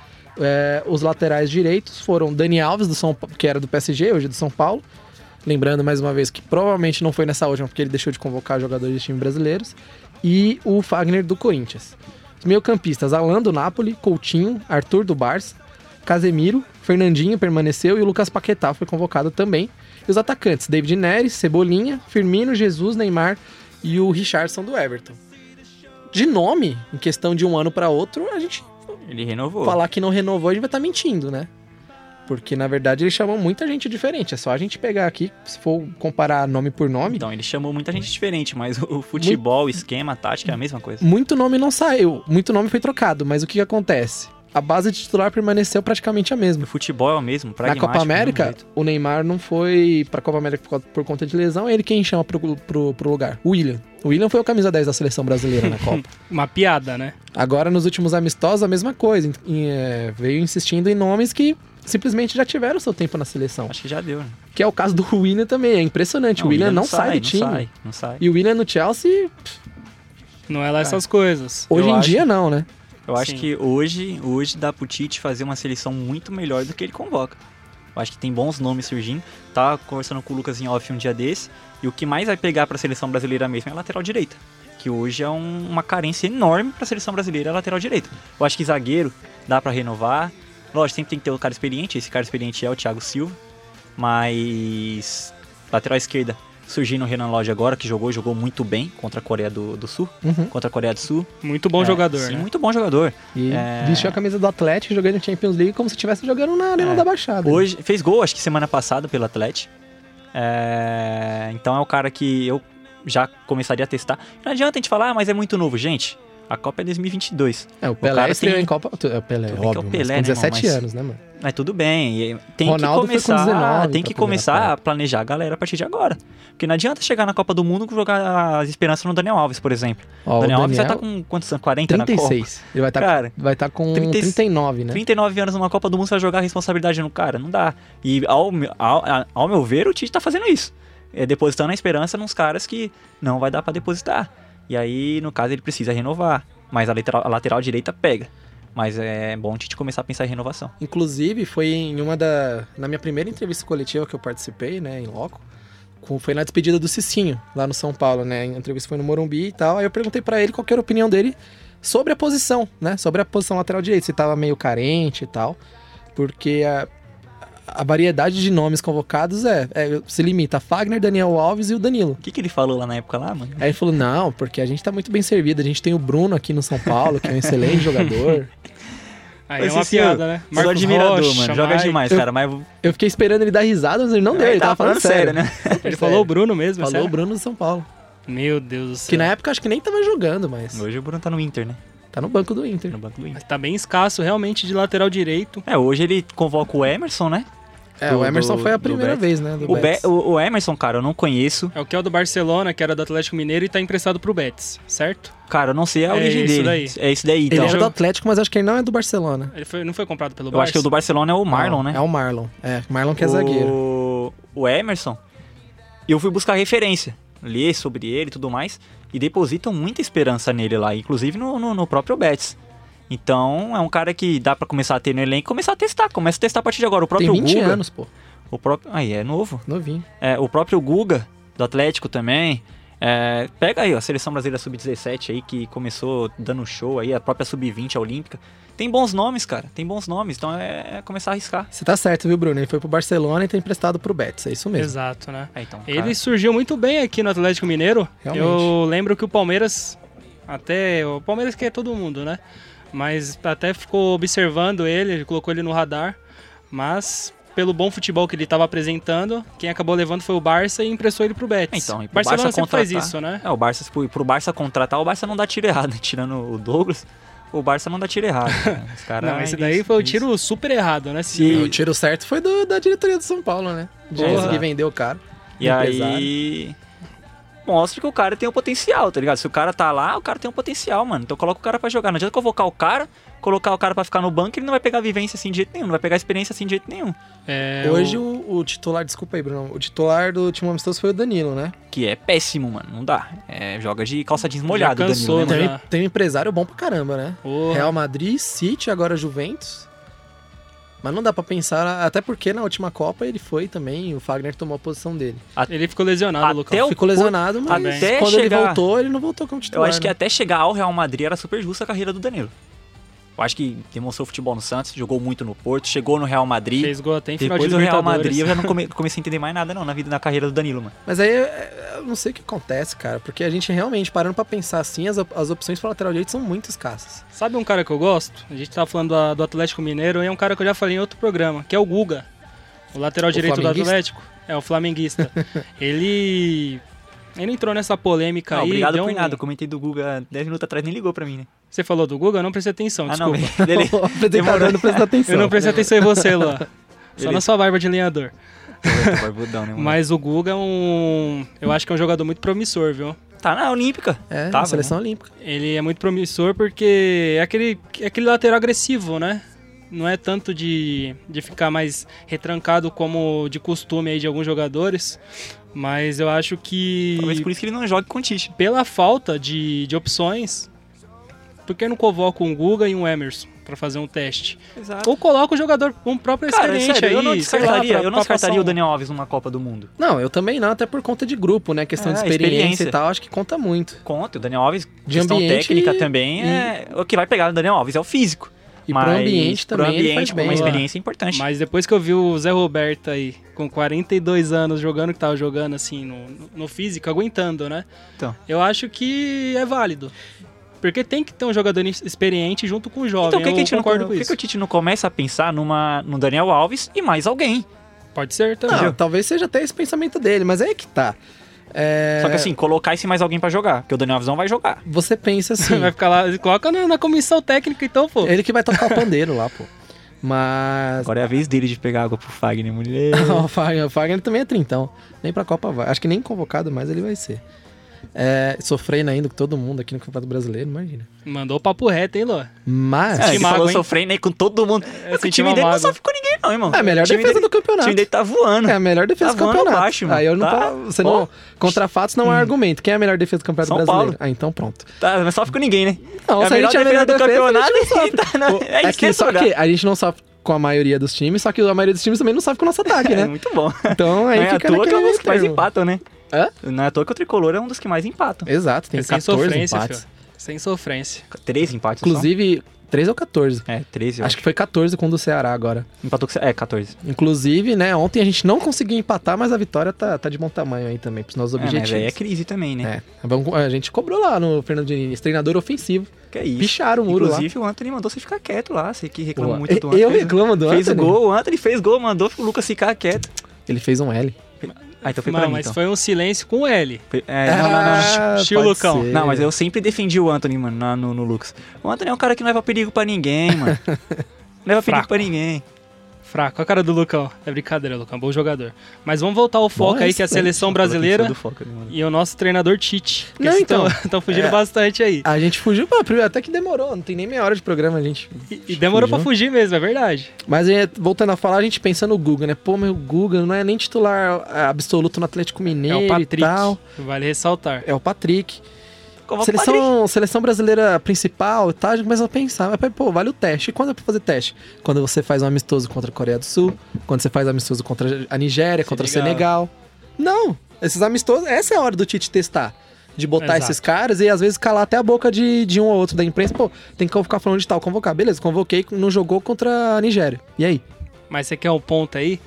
Speaker 4: É, os laterais direitos foram Dani Alves, do São, Pa- que era do PSG, hoje é do São Paulo. Lembrando mais uma vez que provavelmente não foi nessa última, porque ele deixou de convocar jogadores de time brasileiros. E o Fagner do Corinthians. Os meio-campistas, Alan do Napoli, Coutinho, Arthur do Barça, Casemiro, Fernandinho permaneceu e o Lucas Paquetá foi convocado também. E os atacantes, David Neres, Cebolinha, Firmino, Jesus, Neymar e o Richardson do Everton. De nome, em questão de um ano para outro, a gente
Speaker 1: Ele renovou.
Speaker 4: falar que não renovou, a gente vai estar mentindo, né? Porque, na verdade, eles chamam muita gente diferente. É só a gente pegar aqui, se for comparar nome por nome,
Speaker 1: Então, ele chamou muita gente diferente, mas o futebol, o esquema, a tática é a mesma coisa.
Speaker 4: muito nome não saiu, muito nome foi trocado. Mas o que que acontece? A base de titular permaneceu praticamente a mesma.
Speaker 1: O futebol é o mesmo,
Speaker 4: Na
Speaker 1: pragmático.
Speaker 4: Copa
Speaker 1: do mesmo
Speaker 4: América,
Speaker 1: jeito.
Speaker 4: o Neymar não foi pra Copa América por, causa- por conta de lesão, é ele quem chama pro, pro, pro lugar. O William. O William foi o camisa 10 da seleção brasileira <laughs> na Copa.
Speaker 3: Uma piada, né?
Speaker 4: Agora, nos últimos amistosos, a mesma coisa. Em- em, é, veio insistindo em nomes que simplesmente já tiveram seu tempo na seleção.
Speaker 1: Acho que já deu, né?
Speaker 4: Que é o caso do <laughs> William também. É impressionante. o William, não sai, do time.
Speaker 1: Não sai, não sai.
Speaker 4: E o William no Chelsea,
Speaker 3: Não é lá essas coisas.
Speaker 4: hoje
Speaker 1: Eu
Speaker 4: em
Speaker 1: acho.
Speaker 4: dia, não, né?
Speaker 1: Eu acho
Speaker 3: Sim.
Speaker 1: que hoje, hoje dá pro Tite fazer uma seleção muito melhor do que ele convoca. Eu acho que tem bons nomes surgindo. Tá conversando com o Lucas em off um dia desse. E o que mais vai pegar pra seleção brasileira mesmo é a lateral direita. Que hoje é um- uma carência enorme pra seleção brasileira a lateral direita. Eu acho que zagueiro dá pra renovar. Lógico, sempre tem que ter o cara experiente. Esse cara experiente é o Thiago Silva. Mas. Lateral esquerda, surgindo o Renan Lodge agora, que jogou, jogou muito bem contra a Coreia do, do Sul.
Speaker 4: Uhum.
Speaker 1: Contra a Coreia do Sul.
Speaker 3: Muito bom
Speaker 1: É,
Speaker 3: jogador,
Speaker 1: sim,
Speaker 3: né?
Speaker 1: muito bom jogador.
Speaker 4: E
Speaker 1: É.
Speaker 4: vestiu a camisa do Atlético jogando Champions League como se estivesse jogando na Arena
Speaker 1: É.
Speaker 4: da Baixada.
Speaker 1: Hoje, fez gol, acho que semana passada pelo Atlético. É, então é o cara que eu já começaria a testar. Não adianta a gente falar, "Ah, mas é muito novo. Gente, a Copa é 2022.
Speaker 4: É, o
Speaker 1: cara
Speaker 4: Pelé
Speaker 1: tem-
Speaker 4: estreou em Copa. tu- É o Pelé,
Speaker 1: Tudo bem que é o
Speaker 4: óbvio,
Speaker 1: Pelé,
Speaker 4: mas
Speaker 1: né,
Speaker 4: com
Speaker 1: irmão,
Speaker 4: 17
Speaker 1: mas-
Speaker 4: anos, né, mano?
Speaker 1: Mas tudo bem, e tem
Speaker 4: Ronaldo
Speaker 1: que
Speaker 4: foi com
Speaker 1: começar,
Speaker 4: 19
Speaker 1: tem
Speaker 4: pra
Speaker 1: que
Speaker 4: primeira
Speaker 1: começar
Speaker 4: Copa.
Speaker 1: a planejar a galera a partir de agora. Porque não adianta chegar na Copa do Mundo e jogar as esperanças no Daniel Alves, por exemplo.
Speaker 4: Ó, o
Speaker 1: Daniel, Alves vai
Speaker 4: Daniel-
Speaker 1: estar com quantos anos? 40 na Copa?
Speaker 4: 36. Ele vai estar
Speaker 1: Cara,
Speaker 4: vai tá com
Speaker 1: 30
Speaker 4: 39, né?
Speaker 1: 39 anos numa Copa do Mundo, você vai jogar a responsabilidade no cara? Não dá. E ao, meu- ao, a- ao meu ver, o Tite tá fazendo isso. É depositando a esperança nos caras que não vai dar pra depositar. E aí, no caso, ele precisa renovar. Mas a lateral, a lateral direita pega. Mas é bom o Tite começar a pensar em renovação.
Speaker 4: Inclusive, foi em uma da. Na minha primeira entrevista coletiva que eu participei, né, em loco, com- foi na despedida do Cicinho, lá no São Paulo, né? A entrevista foi no Morumbi e tal. Aí eu perguntei pra ele qual que era a opinião dele sobre a posição, né? Sobre a posição lateral direita, se tava meio carente e tal. Porque a, a variedade de nomes convocados é, é- se limita a Fagner, Daniel Alves e o Danilo.
Speaker 1: O que, que ele falou lá na época lá, mano?
Speaker 4: Aí ele falou: não, porque a gente tá muito bem servido. A gente tem o Bruno aqui no São Paulo, que é
Speaker 1: <laughs>
Speaker 4: um excelente jogador.
Speaker 3: Aí
Speaker 1: Mas
Speaker 3: é uma
Speaker 1: esse senhor,
Speaker 3: piada, né?
Speaker 1: Sou admirador,
Speaker 3: Rocha,
Speaker 1: mano. Joga
Speaker 3: Mike-
Speaker 1: demais, cara. Mas
Speaker 4: Eu fiquei esperando ele dar risada, mas ele
Speaker 1: É,
Speaker 4: não deu, ele, tava, falando sério, né?
Speaker 3: Ele falou o Bruno mesmo,
Speaker 4: Falou
Speaker 3: sério?
Speaker 4: o Bruno do São Paulo.
Speaker 3: Meu Deus do céu.
Speaker 4: Que na época eu acho que nem tava jogando, mas.
Speaker 1: Hoje o Bruno tá no Inter, né?
Speaker 4: Tá no banco do Inter.
Speaker 1: no banco do Inter.
Speaker 3: Mas tá bem escasso realmente de lateral direito.
Speaker 1: É, hoje ele convoca o Emerson, né?
Speaker 4: É,
Speaker 1: Do-
Speaker 4: o Emerson
Speaker 1: do-
Speaker 4: foi a
Speaker 1: do
Speaker 4: primeira
Speaker 1: Betis.
Speaker 4: vez, né? do
Speaker 1: O, Be-
Speaker 4: Betis.
Speaker 1: o- o Emerson, cara, eu não conheço.
Speaker 3: É o que é o do Barcelona, que era do Atlético Mineiro e tá emprestado pro Betis, certo?
Speaker 1: Cara, eu não sei a
Speaker 3: É
Speaker 1: origem
Speaker 3: isso
Speaker 1: dele.
Speaker 3: daí.
Speaker 1: É isso daí,
Speaker 4: Ele
Speaker 1: então.
Speaker 4: era do Atlético, mas acho que ele não é do Barcelona.
Speaker 3: Ele foi- não foi comprado pelo
Speaker 1: Eu acho que o do Barcelona é o Marlon,
Speaker 4: Não,
Speaker 1: né?
Speaker 4: É o Marlon. É, Marlon que é zagueiro.
Speaker 1: O, o Emerson, eu fui buscar referência, ler sobre ele e tudo mais, e depositam muita esperança nele lá, inclusive no, no, no próprio Betis. Então é um cara que dá pra começar a ter no elenco e começar a testar. Começa a testar a partir de agora. O
Speaker 4: Tem
Speaker 1: próprio
Speaker 4: 20
Speaker 1: Guga.
Speaker 4: anos, pô.
Speaker 1: O próprio. Aí, é novo.
Speaker 4: Novinho.
Speaker 1: É, o próprio Guga, do Atlético também. É, pega aí, ó, a seleção brasileira sub-17 aí, que começou dando show aí, a própria sub-20 a olímpica. Tem bons nomes, cara. Tem bons nomes. Então é, é começar a arriscar.
Speaker 4: Você tá certo, viu, Bruno? Ele foi pro Barcelona e tá emprestado pro Betis. É isso mesmo.
Speaker 3: Exato, né?
Speaker 1: É, então, cara,
Speaker 3: Ele surgiu muito bem aqui no Atlético Mineiro.
Speaker 4: Realmente.
Speaker 3: Eu lembro que o Palmeiras, até o Palmeiras que é todo mundo, né? Mas até ficou observando ele, ele colocou ele no radar. Mas pelo bom futebol que ele estava apresentando, quem acabou levando foi o Barça e emprestou ele pro Betis.
Speaker 1: Então, e pro
Speaker 3: Barcelona
Speaker 1: Barça
Speaker 3: sempre faz
Speaker 1: contratar-
Speaker 3: isso, né?
Speaker 1: É, o Barça, pro, pro Barça contratar, o Barça não dá tiro errado, né? <laughs> Tirando o Douglas, o Barça não dá tiro errado.
Speaker 3: <laughs>
Speaker 1: né? Os caras-
Speaker 3: Não, esse
Speaker 1: eles-
Speaker 3: daí foi o
Speaker 1: eles-
Speaker 3: tiro super errado, né?
Speaker 1: Sim.
Speaker 4: O tiro certo foi do- da diretoria do São Paulo, né? De
Speaker 1: Porra.
Speaker 4: que vendeu o cara.
Speaker 1: É, E aí. Mostra que o cara tem o potencial, tá ligado? Se o cara tá lá, o cara tem um potencial, mano. Então coloca o cara pra jogar. Não adianta convocar o cara, colocar o cara pra ficar no banco, ele não vai pegar vivência assim de jeito nenhum, não vai pegar experiência assim de jeito nenhum.
Speaker 3: É,
Speaker 4: Hoje o... o titular, desculpa aí, Bruno. O titular do time amistoso foi o Danilo, né?
Speaker 1: Que é péssimo, mano. Não dá. É, joga de calça jeans
Speaker 3: Já
Speaker 1: molhado, Danilo.
Speaker 3: cansou,
Speaker 1: Né?
Speaker 3: né?
Speaker 4: Tem,
Speaker 3: dá.
Speaker 4: tem um empresário bom pra caramba, né?
Speaker 3: o-
Speaker 4: Real Madrid, City, agora Juventus. Mas não dá pra pensar, até porque na última Copa ele foi também, o Fagner tomou a posição dele.
Speaker 3: Ele ficou lesionado, Lucão.
Speaker 1: Até o-
Speaker 4: Ficou lesionado, mas
Speaker 1: até
Speaker 4: quando ele
Speaker 1: chegar-
Speaker 4: voltou, ele não voltou como
Speaker 1: Eu
Speaker 4: titular.
Speaker 1: acho que
Speaker 4: né?
Speaker 1: até chegar ao Real Madrid era super justa a carreira do Danilo. Eu acho que demonstrou futebol no Santos, jogou muito no Porto, chegou no Real Madrid.
Speaker 3: Fez gol até em final
Speaker 1: Depois
Speaker 3: de
Speaker 1: do Real Madrid eu
Speaker 3: Libertadores.
Speaker 1: já não come- comecei a entender mais nada não na vida na carreira do Danilo, mano.
Speaker 4: Mas aí é, eu não sei o que acontece, cara, porque a gente realmente, parando pra pensar assim, as, op- as opções pra lateral direito são muito escassas.
Speaker 3: Sabe um cara que eu gosto? A gente tava falando da- do Atlético Mineiro e é um cara que eu já falei em outro programa, que é o Guga, o lateral
Speaker 4: O
Speaker 3: direito do
Speaker 4: flamenguista?
Speaker 3: Atlético. É,
Speaker 1: <laughs>
Speaker 3: o flamenguista. ele. Ele entrou nessa polêmica
Speaker 1: Ah,
Speaker 3: aí.
Speaker 1: obrigado
Speaker 3: deu
Speaker 1: por
Speaker 3: um-
Speaker 1: nada. Eu comentei do Guga 10 minutos atrás, nem ligou pra mim, né?
Speaker 3: Você falou do Guga? Eu não prestei atenção,
Speaker 1: ah, não, <laughs>
Speaker 3: desculpa. <laughs>
Speaker 4: <laughs>
Speaker 1: beleza.
Speaker 4: O apresentador
Speaker 1: Demorou.
Speaker 4: não presta atenção.
Speaker 3: eu não prestei atenção em você,
Speaker 1: <laughs>
Speaker 3: Luan. Só
Speaker 1: Beleza.
Speaker 3: na sua barba de lenhador.
Speaker 1: Tô barbudão, né, mano?
Speaker 3: Mas o Guga é um. Eu acho que é um jogador muito promissor, viu?
Speaker 1: Tá na Olímpica.
Speaker 4: É,
Speaker 1: Tava, né?
Speaker 4: na seleção olímpica.
Speaker 3: Ele é muito promissor porque é aquele, é aquele lateral agressivo, né? Não é tanto de, de ficar mais retrancado como de costume aí de alguns jogadores, mas eu acho que
Speaker 1: Talvez por isso que ele não joga com o Tite.
Speaker 3: pela falta de, de opções, por que não convoca um Guga e um Emerson pra fazer um teste?
Speaker 1: Exato.
Speaker 3: Ou coloca o jogador, um próprio
Speaker 1: Ah. Cara,
Speaker 3: experiente
Speaker 1: sério,
Speaker 3: aí,
Speaker 1: eu não
Speaker 3: sei lá,
Speaker 1: descartaria, eu não
Speaker 3: pra- pra passar
Speaker 1: descartaria o
Speaker 3: um-
Speaker 1: Daniel Alves numa Copa do Mundo.
Speaker 4: Não, eu também não, até por conta de grupo, né? Questão
Speaker 1: É,
Speaker 4: de experiência,
Speaker 1: experiência.
Speaker 4: e tal, acho que conta muito.
Speaker 1: Conta, o Daniel Alves,
Speaker 4: De
Speaker 1: questão
Speaker 4: ambiente
Speaker 1: técnica
Speaker 4: e-
Speaker 1: também, é... o que vai pegar no Daniel Alves é o físico.
Speaker 4: E
Speaker 1: Mas
Speaker 4: pro ambiente
Speaker 1: pro
Speaker 4: também ele faz
Speaker 1: ambiente,
Speaker 4: bem.
Speaker 1: uma
Speaker 3: lá.
Speaker 1: experiência importante.
Speaker 3: Mas depois que eu vi o Zé Roberto aí, com 42 anos jogando, que tava jogando assim no, no físico, aguentando, né?
Speaker 1: Então.
Speaker 3: Eu acho que é válido. Porque tem que ter um jogador ex- experiente junto com o jovem.
Speaker 1: Então, por que,
Speaker 3: eu
Speaker 1: que, a gente não,
Speaker 3: concordo
Speaker 1: por
Speaker 3: com
Speaker 1: que, que
Speaker 3: isso.
Speaker 1: o Tite não começa a pensar numa, no Daniel Alves e mais alguém?
Speaker 3: Pode ser também. <laughs>
Speaker 4: Não, talvez seja até esse pensamento dele, mas aí é que tá. É,
Speaker 1: Só que assim, colocar esse mais alguém pra jogar, porque o Daniel Alves não vai jogar.
Speaker 4: Você
Speaker 1: <laughs>
Speaker 4: pensa assim.
Speaker 3: Vai ficar lá, coloca na, na comissão técnica então,
Speaker 1: É.
Speaker 3: pô.
Speaker 4: ele que vai tocar o pandeiro lá, pô. Mas. <laughs>
Speaker 1: Agora é a vez dele de pegar água pro Fagner, mulher.
Speaker 4: o Fagner, o Fagner também é trintão. Nem pra Copa vai. Acho que nem convocado mais ele vai ser. É, sofrendo ainda com todo mundo aqui no Campeonato Brasileiro, imagina.
Speaker 3: Mandou papo reto, hein, Lô?
Speaker 4: Mas.
Speaker 1: É,
Speaker 3: Senti
Speaker 1: ele
Speaker 3: mágoa,
Speaker 1: falou
Speaker 3: hein?
Speaker 1: sofrendo aí com todo mundo.
Speaker 3: Eu
Speaker 1: Mas o
Speaker 3: senti
Speaker 1: time
Speaker 3: uma
Speaker 1: dele não
Speaker 3: mágoa.
Speaker 1: sofre com ninguém, não, irmão.
Speaker 4: É a melhor
Speaker 1: O time
Speaker 4: defesa
Speaker 1: dele-
Speaker 4: do campeonato.
Speaker 1: O time dele tá voando.
Speaker 4: É a melhor defesa
Speaker 1: Tá
Speaker 4: do
Speaker 1: voando
Speaker 4: campeonato.
Speaker 1: abaixo, mano.
Speaker 4: Aí eu não
Speaker 1: Tá- Hum.
Speaker 4: po- você não contra fatos não é argumento. Quem é a melhor defesa do campeonato
Speaker 1: São Paulo.
Speaker 4: brasileiro? Ah, então pronto.
Speaker 1: Tá, mas sofre com ninguém, né?
Speaker 4: Não,
Speaker 1: é a
Speaker 4: se a
Speaker 1: melhor
Speaker 4: gente é a melhor
Speaker 1: defesa do
Speaker 4: defesa,
Speaker 1: campeonato.
Speaker 4: a gente
Speaker 1: <laughs>
Speaker 4: não
Speaker 1: e tá na- É
Speaker 4: é
Speaker 1: isso que é
Speaker 4: que só que a gente não sofre com a maioria dos times, só que a maioria dos times também não sofre com o nosso ataque,
Speaker 1: É
Speaker 4: né?
Speaker 1: muito bom.
Speaker 4: Então aí
Speaker 1: Não é à
Speaker 4: fica
Speaker 1: toa que é
Speaker 4: naquele
Speaker 1: um dos que mais
Speaker 4: termo.
Speaker 1: empatam, né?
Speaker 4: Hã?
Speaker 1: Não é à toa que o Tricolor é um dos que mais empatam.
Speaker 4: Exato, tem
Speaker 3: É sem
Speaker 4: 14
Speaker 3: sofrência,
Speaker 4: empates.
Speaker 3: filho. Sem sofrência.
Speaker 1: Três empates só.
Speaker 4: Inclusive, 13 ou 14.
Speaker 1: É, 13. eu
Speaker 4: Acho que foi 14 com o do Ceará agora.
Speaker 1: acho. Empatou com... É, 14.
Speaker 4: Inclusive, né, ontem a gente não conseguiu empatar, mas a vitória tá, tá de bom tamanho aí também, pros nossos
Speaker 1: É, mas aí é
Speaker 4: objetivos.
Speaker 1: crise também, né?
Speaker 4: É, vamos- a gente cobrou lá no Fernando Diniz, treinador ofensivo.
Speaker 1: Que é isso.
Speaker 4: Picharam o muro
Speaker 1: Inclusive, o Anthony mandou você ficar quieto lá. Você que
Speaker 4: lá.
Speaker 1: reclama
Speaker 4: Boa.
Speaker 1: muito do
Speaker 4: E-
Speaker 1: Anthony.
Speaker 4: Eu reclamo do
Speaker 1: Fez o
Speaker 4: Anthony.
Speaker 1: gol, o Anthony fez gol, mandou o Lucas ficar quieto.
Speaker 4: Ele fez um L.
Speaker 1: Ah, então foi
Speaker 3: Não,
Speaker 1: pra mim,
Speaker 3: mas
Speaker 1: então.
Speaker 3: foi um silêncio com L.
Speaker 1: Foi- é, não, não, não, não.
Speaker 4: Ah,
Speaker 3: Tio
Speaker 4: pode
Speaker 3: Lucão.
Speaker 4: ser.
Speaker 1: Não, mas é- eu sempre defendi o Anthony, mano, na- no, no Lux. O Anthony é um cara que não leva perigo pra ninguém,
Speaker 3: <laughs>
Speaker 1: mano. Não leva perigo
Speaker 3: Fraco.
Speaker 1: pra ninguém.
Speaker 3: Fraco, a cara do Lucão. É brincadeira, Lucão, bom jogador. Mas vamos voltar ao foco aí, que é a
Speaker 4: excelente.
Speaker 1: né?
Speaker 3: seleção brasileira e o nosso treinador Tite.
Speaker 4: Não, então.
Speaker 3: <laughs> Estão fugindo
Speaker 4: É.
Speaker 3: bastante aí.
Speaker 4: A gente fugiu, pô, até que demorou, não tem nem meia hora de programa, a gente.
Speaker 3: E, e demorou
Speaker 4: fugiu.
Speaker 3: pra fugir mesmo, é verdade.
Speaker 4: Mas é, voltando a falar, a gente pensa no Guga, né? Pô, meu Guga não é nem titular é, absoluto no Atlético
Speaker 3: É
Speaker 4: Mineiro
Speaker 3: o
Speaker 4: e
Speaker 3: Patrick,
Speaker 4: tal.
Speaker 3: vale ressaltar.
Speaker 4: É o Patrick.
Speaker 1: Como
Speaker 4: seleção, seleção brasileira principal e tal, a gente começa a pensar, mas pô, vale o teste. E quando é pra fazer teste? Quando você faz um amistoso contra a Coreia do Sul, quando você faz um amistoso contra a Nigéria, contra o Senegal.
Speaker 3: Senegal.
Speaker 4: Não, esses amistosos, essa é a hora do Tite testar. De botar
Speaker 3: Exato.
Speaker 4: esses caras e às vezes calar até a boca de, de um ou outro da imprensa. Pô, tem que ficar falando de tal, convocar. Beleza, convoquei, não jogou contra a Nigéria. E aí?
Speaker 3: Mas você quer um ponto aí?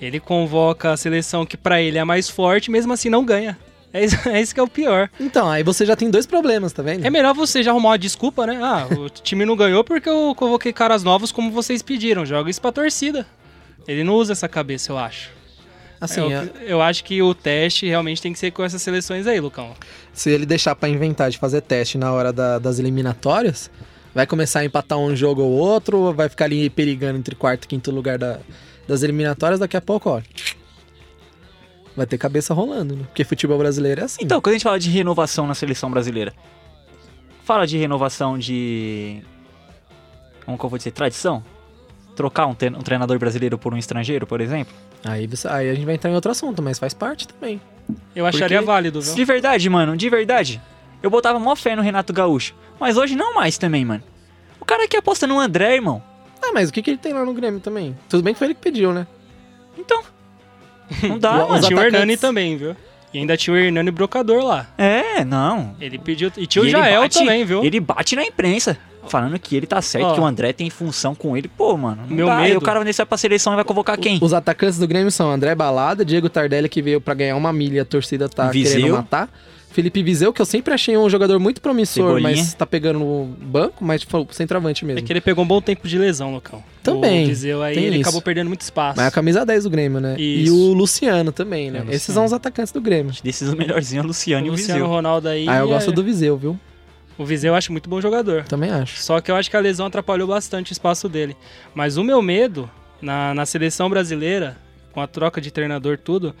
Speaker 3: Ele convoca a seleção que pra ele é a mais forte, mesmo assim não ganha. É isso, <laughs> é isso que é o pior.
Speaker 4: Então, aí você já tem dois problemas, tá vendo?
Speaker 3: É melhor você já arrumar uma desculpa, né? Ah, o time não ganhou porque eu convoquei caras novos como vocês pediram. Joga isso pra torcida. Ele não usa essa cabeça, eu acho.
Speaker 4: assim,
Speaker 3: eu,
Speaker 4: é-
Speaker 3: eu acho que o teste realmente tem que ser com essas seleções aí, Lucão.
Speaker 4: se ele deixar pra inventar de fazer teste na hora da- das eliminatórias, vai começar a empatar um jogo ou outro, vai ficar ali perigando entre quarto e quinto lugar da- das eliminatórias, daqui a pouco, ó. Vai ter cabeça rolando, né? Porque futebol brasileiro é assim.
Speaker 1: Então, quando a gente fala de renovação na seleção brasileira, fala de renovação de. Como que eu vou dizer? Tradição? Trocar um, tre- um treinador brasileiro por um estrangeiro, por exemplo?
Speaker 4: Aí, você- aí a gente vai entrar em outro assunto, mas faz parte também.
Speaker 3: Eu acharia
Speaker 1: Porque
Speaker 3: válido, viu?
Speaker 1: De verdade, mano, de verdade. Eu botava mó fé no Renato Gaúcho. Mas hoje não mais também, mano. O cara que aposta no André, irmão.
Speaker 4: Ah, mas o que, que ele tem lá no Grêmio também? Tudo bem que foi ele que pediu, né?
Speaker 1: Então. Não dá, <laughs>
Speaker 4: Os
Speaker 1: mano.
Speaker 3: tinha o
Speaker 4: atacantes.
Speaker 3: Hernani também, viu? E ainda tinha o Hernani Brocador lá.
Speaker 1: É, não.
Speaker 3: Ele pediu. E tinha o
Speaker 1: E ele
Speaker 3: Jael
Speaker 1: bate-
Speaker 3: também, viu?
Speaker 1: Ele bate na imprensa, falando que ele tá certo,
Speaker 3: Ó.
Speaker 1: que o André tem função com ele. Pô, mano, não
Speaker 3: Meu
Speaker 1: dá. Aí
Speaker 3: medo.
Speaker 1: o cara vai descer pra seleção e vai convocar quem?
Speaker 4: Os atacantes do Grêmio são André Balada, Diego Tardelli, que veio pra ganhar uma milha, a torcida tá
Speaker 1: Viseu.
Speaker 4: querendo matar. Felipe Viseu, que eu sempre achei um jogador muito promissor,
Speaker 1: Cebolinha.
Speaker 4: mas tá pegando no banco, mas foi centroavante
Speaker 3: É
Speaker 4: mesmo.
Speaker 3: que ele pegou um bom tempo de lesão, Lucão.
Speaker 4: Também,
Speaker 3: O Viseu aí,
Speaker 4: tem
Speaker 3: ele
Speaker 4: isso.
Speaker 3: acabou perdendo muito espaço.
Speaker 4: Mas é a camisa 10 do Grêmio, né?
Speaker 3: Isso.
Speaker 4: E o Luciano também,
Speaker 1: É,
Speaker 4: né?
Speaker 1: o Luciano.
Speaker 4: Esses são os atacantes do Grêmio.
Speaker 1: Desses o melhorzinho é o Luciano e
Speaker 3: o
Speaker 1: o
Speaker 3: Luciano
Speaker 1: Viseu.
Speaker 3: Ronaldo aí.
Speaker 4: Ah, eu gosto
Speaker 3: é-
Speaker 4: do Viseu, viu?
Speaker 3: O Viseu eu acho muito bom jogador.
Speaker 4: Também acho.
Speaker 3: Só que eu acho que a lesão atrapalhou bastante o espaço dele. Mas o meu medo na, na seleção brasileira, com a troca de treinador tudo,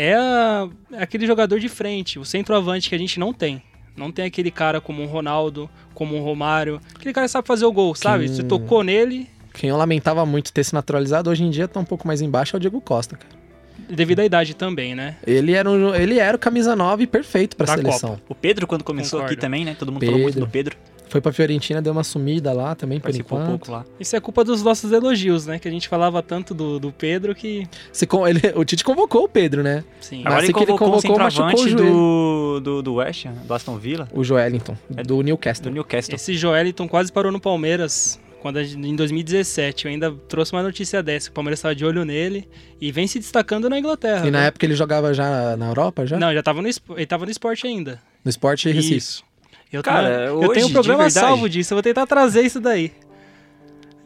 Speaker 3: é a- aquele jogador de frente, o centroavante que a gente não tem. Não tem aquele cara como um Ronaldo, como um Romário. Aquele cara que sabe fazer o gol, sabe? Se tocou nele,
Speaker 4: Quem eu lamentava muito ter se naturalizado, hoje em dia tá um pouco mais embaixo, é o Diego Costa, cara.
Speaker 3: devido à idade também, né?
Speaker 4: Ele era, um- ele era o camisa 9 perfeito pra
Speaker 3: Da
Speaker 4: seleção.
Speaker 1: O Pedro, quando começou
Speaker 3: Concordo.
Speaker 1: aqui também, né? Todo mundo falou muito
Speaker 4: Pedro.
Speaker 1: do Pedro.
Speaker 4: Foi pra Fiorentina, deu uma sumida lá também, por
Speaker 1: Participou um
Speaker 4: enquanto.
Speaker 1: pouco lá.
Speaker 3: Isso é culpa dos nossos elogios, né? Que a gente falava tanto do, do Pedro que.
Speaker 4: Se con- <laughs> ele, o Tite convocou o Pedro, né?
Speaker 3: Sim.
Speaker 4: Ah,
Speaker 1: Agora
Speaker 4: sei
Speaker 1: ele
Speaker 4: que ele
Speaker 1: convocou um
Speaker 4: convocou, machucou o
Speaker 1: centroavante do,
Speaker 4: joelho.
Speaker 1: do, do West, Ham, do Aston Villa,
Speaker 4: O Joelinton, do Newcastle.
Speaker 1: do Newcastle.
Speaker 3: Esse Joeliton quase parou no Palmeiras quando a gente- em 2017. Eu ainda trouxe uma notícia dessa. que O Palmeiras estava de olho nele e vem se destacando na Inglaterra.
Speaker 4: E na
Speaker 3: viu?
Speaker 4: época ele jogava já na Europa, já?
Speaker 3: É, né? Não, já tava no, espo- ele tava no esporte ainda.
Speaker 4: No esporte Recife.
Speaker 3: Isso. Eu,
Speaker 1: Cara,
Speaker 3: tenho, eu
Speaker 1: hoje,
Speaker 3: tenho um
Speaker 1: de
Speaker 3: programa
Speaker 1: verdade-
Speaker 3: salvo disso. Eu vou tentar trazer isso daí.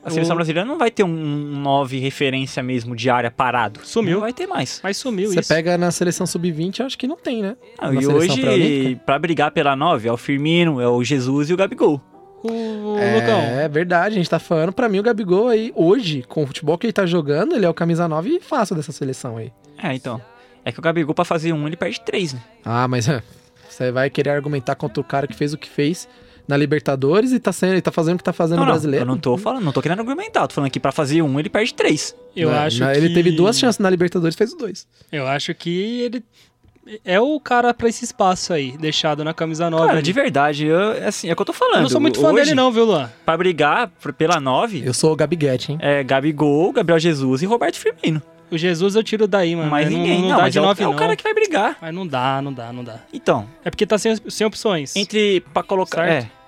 Speaker 1: A seleção
Speaker 3: o-
Speaker 1: brasileira não vai ter um 9 referência mesmo de área parado.
Speaker 3: Sumiu.
Speaker 1: Não vai ter mais.
Speaker 3: Mas sumiu
Speaker 4: Você
Speaker 3: isso.
Speaker 4: pega na seleção sub-20, eu acho que não tem, né?
Speaker 1: Ah,
Speaker 4: Na
Speaker 1: e
Speaker 4: seleção
Speaker 1: hoje,
Speaker 4: pré-olímpica.
Speaker 1: pra brigar pela 9, é o Firmino, é o Jesus e o Gabigol.
Speaker 3: O, o Lucão.
Speaker 4: É verdade, a gente tá falando. Pra mim, o Gabigol aí, hoje, com o futebol que ele tá jogando, ele é o camisa 9 fácil dessa seleção aí.
Speaker 1: É, então. É que o Gabigol, pra fazer um, ele perde três, né?
Speaker 4: Ah, mas <laughs> é, você vai querer argumentar contra o cara que fez o que fez na Libertadores e tá, sendo, e tá fazendo o que tá fazendo
Speaker 1: Não,
Speaker 4: no
Speaker 1: não,
Speaker 4: brasileiro?
Speaker 1: eu não tô falando, não tô querendo argumentar. Tô falando que pra fazer um, ele perde três.
Speaker 3: Eu
Speaker 4: Não, é,
Speaker 3: acho
Speaker 4: não,
Speaker 3: que...
Speaker 4: Ele teve duas chances na Libertadores fez os dois.
Speaker 3: Eu acho que ele é o cara pra esse espaço aí, deixado na camisa nova.
Speaker 1: Cara,
Speaker 3: ali.
Speaker 1: de verdade, eu, é assim, é o que eu tô falando.
Speaker 3: Eu não sou muito fã
Speaker 1: Hoje,
Speaker 3: dele não, viu, Luan?
Speaker 1: Pra brigar por- pela 9,
Speaker 4: Eu sou o Gabiguete, hein?
Speaker 1: é Gabigol, Gabriel Jesus e Roberto Firmino.
Speaker 3: O Jesus eu tiro daí, mano.
Speaker 1: mais
Speaker 3: Não-
Speaker 1: ninguém.
Speaker 3: Não,
Speaker 1: Não,
Speaker 3: dá
Speaker 1: mas
Speaker 3: de
Speaker 1: é o,
Speaker 3: nove,
Speaker 1: é o
Speaker 3: não.
Speaker 1: cara que vai brigar.
Speaker 3: Mas não dá, não dá, não dá.
Speaker 1: Então,
Speaker 3: É porque tá sem, sem opções.
Speaker 1: entre pra colocar...
Speaker 3: Certo.
Speaker 1: É.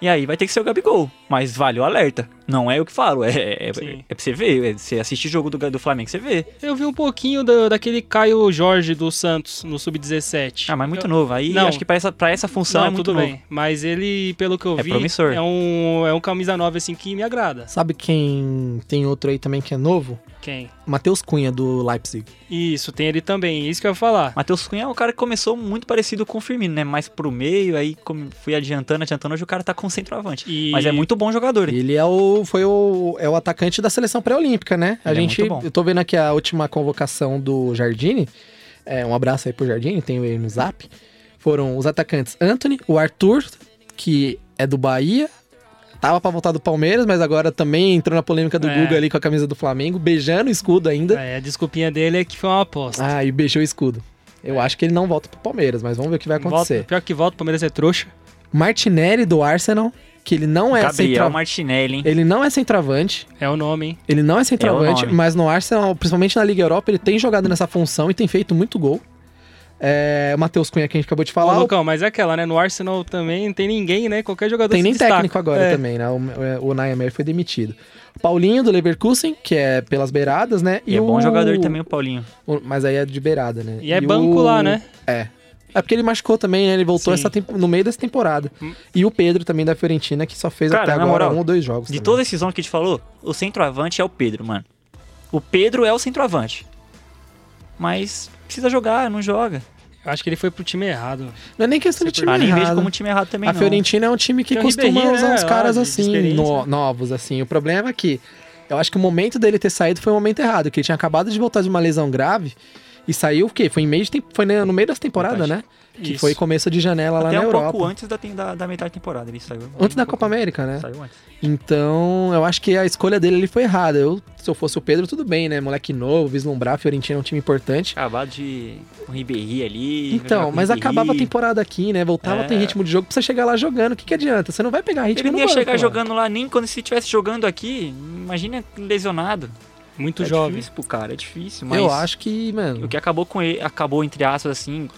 Speaker 1: E aí vai ter que ser o Gabigol. Mas vale o alerta. Não é eu que falo, é, é, é,
Speaker 3: Sim.
Speaker 1: pra você ver. é- você assiste o jogo do, do Flamengo, você vê.
Speaker 3: Eu vi um pouquinho da- daquele Caio Jorge do Santos no Sub-17.
Speaker 1: Ah, mas muito novo. Aí
Speaker 3: Não.
Speaker 1: acho que pra essa, pra essa função
Speaker 3: Não,
Speaker 1: é muito
Speaker 3: tudo
Speaker 1: novo.
Speaker 3: bem. Mas ele, pelo que eu
Speaker 1: É
Speaker 3: vi,
Speaker 1: promissor.
Speaker 3: é um, é um camisa nova assim que me agrada.
Speaker 4: Sabe quem tem outro aí também que é novo?
Speaker 3: Quem?
Speaker 4: Matheus Cunha, do Leipzig.
Speaker 3: Isso, tem ele também. É Isso que eu ia falar.
Speaker 1: Matheus Cunha é um cara que começou muito parecido com o Firmino, né? Mais pro meio, aí come- fui adiantando, adiantando. Hoje o cara tá com centroavante.
Speaker 3: E-
Speaker 1: Mas é muito bom jogador. hein?
Speaker 4: Ele é o, foi o, é o atacante da seleção pré-olímpica, né? A
Speaker 1: Ele é
Speaker 4: gente,
Speaker 1: muito bom.
Speaker 4: eu tô vendo aqui a última convocação do Jardine. É, um abraço aí pro Jardine, tenho ele no zap. Foram os atacantes Anthony, o Arthur, que é do Bahia. Tava pra voltar do Palmeiras, mas agora também entrou na polêmica do
Speaker 3: É.
Speaker 4: Guga ali com a camisa do Flamengo, beijando o escudo ainda.
Speaker 3: É, a desculpinha dele é que foi uma aposta.
Speaker 4: Ah, e beijou o escudo. Eu acho que ele não volta pro Palmeiras, mas vamos ver o que vai acontecer.
Speaker 3: Volta- pior que volta, o Palmeiras é trouxa.
Speaker 4: Martinelli do Arsenal, que ele não é
Speaker 1: Gabriel
Speaker 4: centroavante.
Speaker 1: Martinelli, hein?
Speaker 4: Ele não é centroavante,
Speaker 3: É o nome, hein?
Speaker 4: ele não é centroavante,
Speaker 1: É o nome.
Speaker 4: mas no Arsenal, principalmente na Liga Europa, ele tem jogado nessa função e tem feito muito gol. É, o Matheus Cunha, que a gente acabou de falar,
Speaker 3: Ô,
Speaker 4: o-
Speaker 3: Lucão, mas é aquela, né? No Arsenal também não tem ninguém, né? Qualquer jogador
Speaker 4: tem
Speaker 3: se
Speaker 4: nem
Speaker 3: destaca.
Speaker 4: técnico agora
Speaker 3: É.
Speaker 4: também, né? O, o Nayamer foi demitido. Paulinho do Leverkusen, que é pelas beiradas, né?
Speaker 1: E é bom jogador também, o Paulinho.
Speaker 4: o- Mas aí é de beirada, né?
Speaker 3: E é banco
Speaker 4: o-
Speaker 3: lá, né?
Speaker 4: É. É porque ele machucou também, né? Ele voltou
Speaker 3: Sim.
Speaker 4: essa tempo- no meio dessa temporada. E o Pedro também da Fiorentina, que só fez
Speaker 1: Hum. Cara,
Speaker 4: até
Speaker 1: na
Speaker 4: agora
Speaker 1: moral,
Speaker 4: um ou dois jogos.
Speaker 1: De
Speaker 4: também.
Speaker 1: todos esses nomes que a gente falou, o centroavante é o Pedro, mano. O Pedro é o centroavante. Mas precisa jogar, não joga.
Speaker 3: Eu acho que ele foi pro time errado.
Speaker 4: Não é nem questão de time
Speaker 1: Ah, nem vejo
Speaker 4: errado. né?
Speaker 1: como time errado também,
Speaker 4: A
Speaker 1: não.
Speaker 4: Fiorentina é um time que
Speaker 3: Tem o
Speaker 4: costuma
Speaker 3: Ribéry,
Speaker 4: usar
Speaker 1: é,
Speaker 3: né,
Speaker 4: uns
Speaker 3: lá,
Speaker 4: caras
Speaker 3: de
Speaker 4: assim,
Speaker 3: experiência.
Speaker 4: no- novos, assim. O problema é que eu acho que o momento dele ter saído foi o momento errado, que ele tinha acabado de voltar de uma lesão grave e saiu o quê? Foi, em meio de tempo, foi né, no meio das temporadas, né? Que
Speaker 3: Isso.
Speaker 4: foi começo de janela lá
Speaker 1: Até
Speaker 4: na
Speaker 1: um
Speaker 4: Europa.
Speaker 1: pouco antes da, tem- da, da metade da temporada, ele saiu.
Speaker 4: Antes da Copa América, né?
Speaker 1: Saiu antes.
Speaker 4: Então, eu acho que a escolha dele ali foi errada. Eu, se eu fosse o Pedro, tudo bem, né? Moleque novo, vislumbrar, a Fiorentina é um time importante.
Speaker 1: Acabado de o Ribéry ali. jogar
Speaker 4: Então,
Speaker 1: com o
Speaker 4: mas
Speaker 1: Ribéry.
Speaker 4: acabava a temporada aqui, né? Voltava a ter
Speaker 1: É.
Speaker 4: ritmo de jogo pra você chegar lá jogando. O que, que adianta? Você não vai pegar ritmo
Speaker 1: Ele
Speaker 4: no
Speaker 1: não ia
Speaker 4: banco,
Speaker 1: chegar
Speaker 4: mano.
Speaker 1: jogando lá nem quando se estivesse jogando aqui. Imagina lesionado.
Speaker 3: Muito
Speaker 1: é
Speaker 3: jovem.
Speaker 1: difícil pro cara, é difícil. Mas
Speaker 4: Eu acho que, mano.
Speaker 1: O que acabou com ele, acabou entre aspas assim,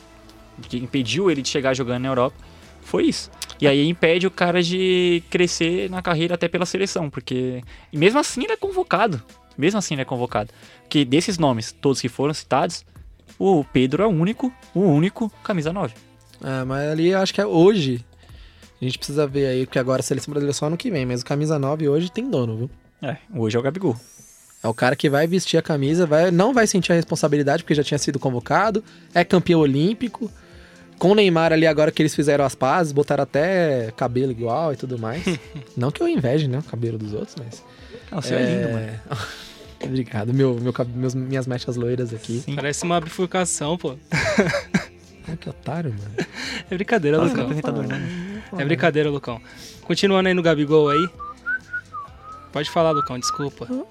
Speaker 1: que impediu ele de chegar jogando na Europa, foi isso. E aí impede o cara de crescer na carreira até pela seleção, porque e mesmo assim ele é convocado. Mesmo assim ele é convocado. Porque desses nomes, todos que foram citados, o Pedro é o único, o único camisa 9.
Speaker 4: É, mas ali eu acho que é hoje. A gente precisa ver aí, porque agora a seleção brasileira é só ano que vem, mas o camisa 9 hoje tem dono, viu?
Speaker 1: É, hoje é o Gabigol.
Speaker 4: É o cara que vai vestir a camisa, vai, não vai sentir a responsabilidade, porque já tinha sido convocado, é campeão olímpico. Com o Neymar ali, agora que eles fizeram as pazes, botaram até cabelo igual e
Speaker 1: <laughs>
Speaker 4: tudo mais. não que eu inveje, né? O cabelo dos outros, mas. É,
Speaker 1: Não, você é, lindo, mano.
Speaker 4: <laughs> Obrigado, meu, meu, cab- meus- minhas mechas loiras aqui.
Speaker 1: Sim.
Speaker 3: Parece uma bifurcação, pô.
Speaker 4: Ah, que otário, mano.
Speaker 3: É brincadeira,
Speaker 1: Fala com o
Speaker 4: tá
Speaker 3: Lucão.
Speaker 1: apresentador, né?
Speaker 3: É brincadeira, Lucão. Continuando aí no Gabigol aí. Pode falar, Lucão, desculpa.
Speaker 4: Não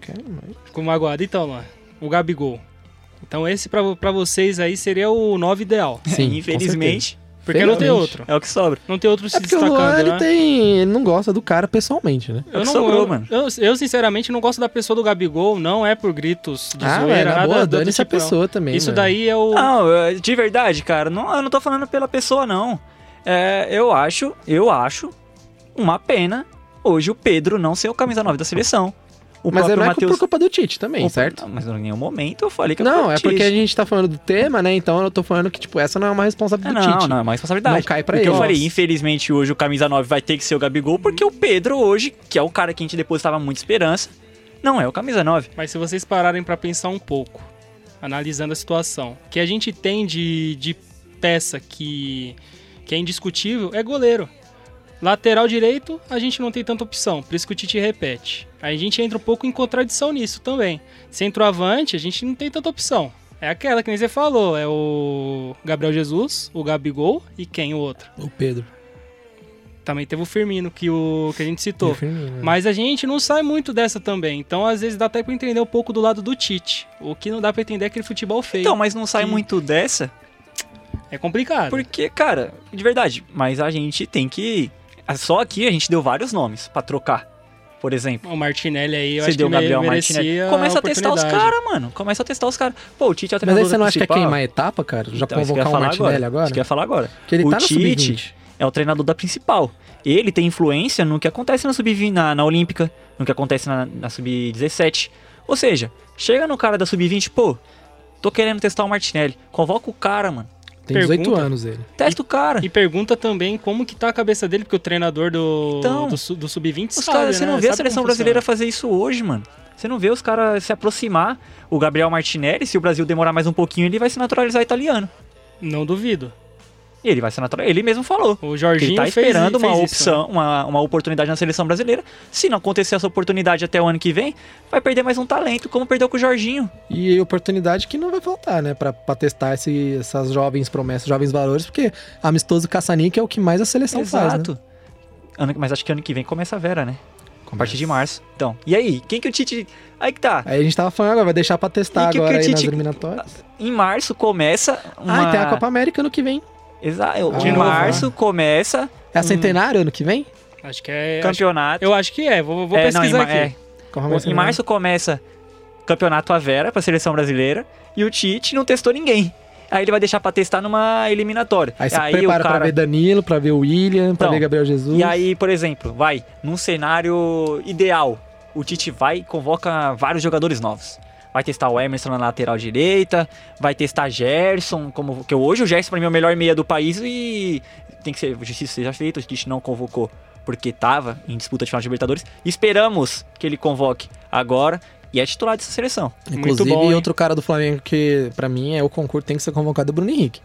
Speaker 4: quero mais.
Speaker 3: Ficou magoado. Então, Luan, o Gabigol. Então esse pra, pra vocês aí seria o 9 ideal.
Speaker 4: Sim, com
Speaker 1: É, Infelizmente,
Speaker 3: Porque não tem
Speaker 4: Felizmente.
Speaker 3: outro.
Speaker 1: é o que sobra.
Speaker 3: Não tem outro se
Speaker 4: É porque o
Speaker 3: destacando,
Speaker 4: Luan, ele
Speaker 3: né?
Speaker 4: tem. Ele não gosta do cara pessoalmente, né?
Speaker 1: É o que sobrou,
Speaker 3: eu,
Speaker 1: mano.
Speaker 3: Eu, eu, sinceramente, não gosto da pessoa do Gabigol. Não é por gritos de
Speaker 4: Ah, velho,
Speaker 3: zoeira,
Speaker 4: na
Speaker 3: nada
Speaker 4: boa,
Speaker 3: do outro
Speaker 4: dane-se a
Speaker 3: tipo, não.
Speaker 4: pessoa também. né?
Speaker 3: Isso
Speaker 4: mano. Ah,
Speaker 3: daí é o...
Speaker 1: Não, é, de verdade, cara, não, eu não tô falando pela pessoa, não. É, eu acho, eu acho uma pena hoje o Pedro não ser o camisa 9 da seleção. O
Speaker 4: Mas é
Speaker 1: próprio
Speaker 4: não é por
Speaker 1: Matheus.
Speaker 4: culpa do Tite também,
Speaker 1: o-
Speaker 4: certo?
Speaker 1: Não, mas em nenhum momento eu falei que
Speaker 4: Não,
Speaker 1: culpa
Speaker 4: é
Speaker 1: do Tite.
Speaker 4: porque a gente tá falando do tema, né? Então eu tô falando que, tipo, essa não é uma
Speaker 1: É,
Speaker 4: responsabilidade do
Speaker 1: não,
Speaker 4: Tite.
Speaker 1: não, é uma responsabilidade.
Speaker 4: Não cai pra
Speaker 1: Porque
Speaker 4: ele.
Speaker 1: eu falei, infelizmente hoje o camisa 9 vai ter que ser o Gabigol, porque o Pedro hoje, que é o cara que a gente depositava muita esperança, não é o camisa 9.
Speaker 3: Mas se vocês pararem pra pensar um pouco, analisando a situação, o que a gente tem de, de peça que, que é indiscutível é goleiro. Lateral direito, a gente não tem tanta opção, por isso que o Tite repete. A gente entra um pouco em contradição nisso também. Centroavante, a gente não tem tanta opção. É aquela que nem você falou, é o Gabriel Jesus, o Gabigol e quem o outro?
Speaker 4: O Pedro.
Speaker 3: Também teve o Firmino que, o, que a gente
Speaker 4: e
Speaker 3: citou.
Speaker 4: o Firmino, né?
Speaker 3: Mas a gente não sai muito dessa também. Então, às vezes, dá até pra entender um pouco do lado do Tite. O que não dá pra entender é aquele futebol feio.
Speaker 1: Então, mas não sai
Speaker 3: Sim.
Speaker 1: muito dessa,
Speaker 3: é complicado.
Speaker 1: Porque, cara, de verdade, mas a gente tem que. ah, Só aqui a gente deu vários nomes pra trocar. Por exemplo,
Speaker 3: O Martinelli aí, eu
Speaker 1: você
Speaker 3: acho que
Speaker 1: deu o Gabriel
Speaker 3: mere- merecia
Speaker 1: Martinelli. Começa a testar os
Speaker 3: oportunidade.
Speaker 1: caras, mano. Começa a testar os caras. Pô, o Tite é o
Speaker 4: Mas
Speaker 1: treinador
Speaker 4: aí você não acha que é
Speaker 1: principal.
Speaker 4: queimar a etapa, cara?
Speaker 1: Então,
Speaker 4: Já
Speaker 1: isso que eu ia
Speaker 4: convocar o
Speaker 1: falar
Speaker 4: Martinelli agora?
Speaker 1: Isso que eu ia falar agora.
Speaker 4: Porque ele
Speaker 1: o
Speaker 4: tá no
Speaker 1: Tite
Speaker 4: sub-20.
Speaker 1: é o treinador da principal. Ele tem influência no que acontece na sub na, na Olímpica, no que acontece na, na sub-17. Ou seja, chega no cara da sub-20, pô, tô querendo testar o Martinelli. Convoca o cara, mano.
Speaker 4: Tem 18
Speaker 3: Pergunta.
Speaker 4: anos ele.
Speaker 1: Testa o cara.
Speaker 3: E pergunta também como que tá a cabeça dele, porque o treinador do,
Speaker 1: Então,
Speaker 3: do, su- do Sub-20
Speaker 1: Os
Speaker 3: sabe,
Speaker 1: caras, você
Speaker 3: né?
Speaker 1: não vê a
Speaker 3: Sabe
Speaker 1: seleção
Speaker 3: como funciona.
Speaker 1: brasileira fazer isso hoje, mano. Você não vê os caras se aproximar. O Gabriel Martinelli, se o Brasil demorar mais um pouquinho, ele vai se naturalizar italiano.
Speaker 3: Não duvido.
Speaker 1: E ele vai se naturalizar. Ele mesmo falou.
Speaker 3: O
Speaker 1: que
Speaker 3: Jorginho
Speaker 1: ele tá
Speaker 3: fez-
Speaker 1: esperando uma
Speaker 3: fez isso, né?
Speaker 1: opção, uma, uma oportunidade na seleção brasileira. Se não acontecer essa oportunidade até o ano que vem, vai perder mais um talento, como perdeu com o Jorginho.
Speaker 4: E oportunidade que não vai faltar, né? Pra, pra testar esse- essas jovens promessas, jovens valores, porque amistoso caça-níquel é o que mais a seleção faz, né?
Speaker 1: Ano- mas acho que ano que vem começa a Vera, né? A partir de março. Então, e aí? Quem que o Tite. Aí que tá.
Speaker 4: Aí a gente tava falando agora, vai deixar pra testar
Speaker 1: E que- que
Speaker 4: agora
Speaker 1: o
Speaker 4: aí nas
Speaker 1: Tite-
Speaker 4: eliminatórias.
Speaker 1: Em março começa. Uma...
Speaker 4: Ah, e tem a Copa América ano que vem.
Speaker 1: Exato.
Speaker 4: De
Speaker 1: em
Speaker 4: novo,
Speaker 1: março
Speaker 3: né?
Speaker 1: começa
Speaker 4: É a centenário ano que vem?
Speaker 3: Acho que é. acho-
Speaker 1: campeonato.
Speaker 3: eu acho que é, vou, vou
Speaker 1: É, não, em
Speaker 3: pesquisar
Speaker 1: ma-
Speaker 3: aqui.
Speaker 4: Copa
Speaker 1: é.
Speaker 4: América
Speaker 1: Em
Speaker 4: Centenário.
Speaker 1: março começa campeonato a Vera pra seleção brasileira. E o Tite não testou ninguém. Aí ele vai deixar pra testar numa eliminatória.
Speaker 4: Aí você
Speaker 1: o
Speaker 4: prepara pra ver Danilo, pra ver William, pra
Speaker 1: Então,
Speaker 4: ver Gabriel Jesus.
Speaker 1: E aí, por exemplo, vai, num cenário ideal, o Tite vai e convoca vários jogadores novos. Vai testar o Emerson na lateral direita, vai testar Gerson, como que hoje o Gerson pra mim é o melhor meia do país e tem que ser justiça seja feita, o Tite não convocou porque tava em disputa de final de Libertadores. Esperamos que ele convoque agora e é titular dessa seleção.
Speaker 3: muito
Speaker 4: Inclusive,
Speaker 3: bom, hein?
Speaker 4: outro cara do Flamengo que, pra mim, é o concurso tem que ser convocado é o Bruno Henrique.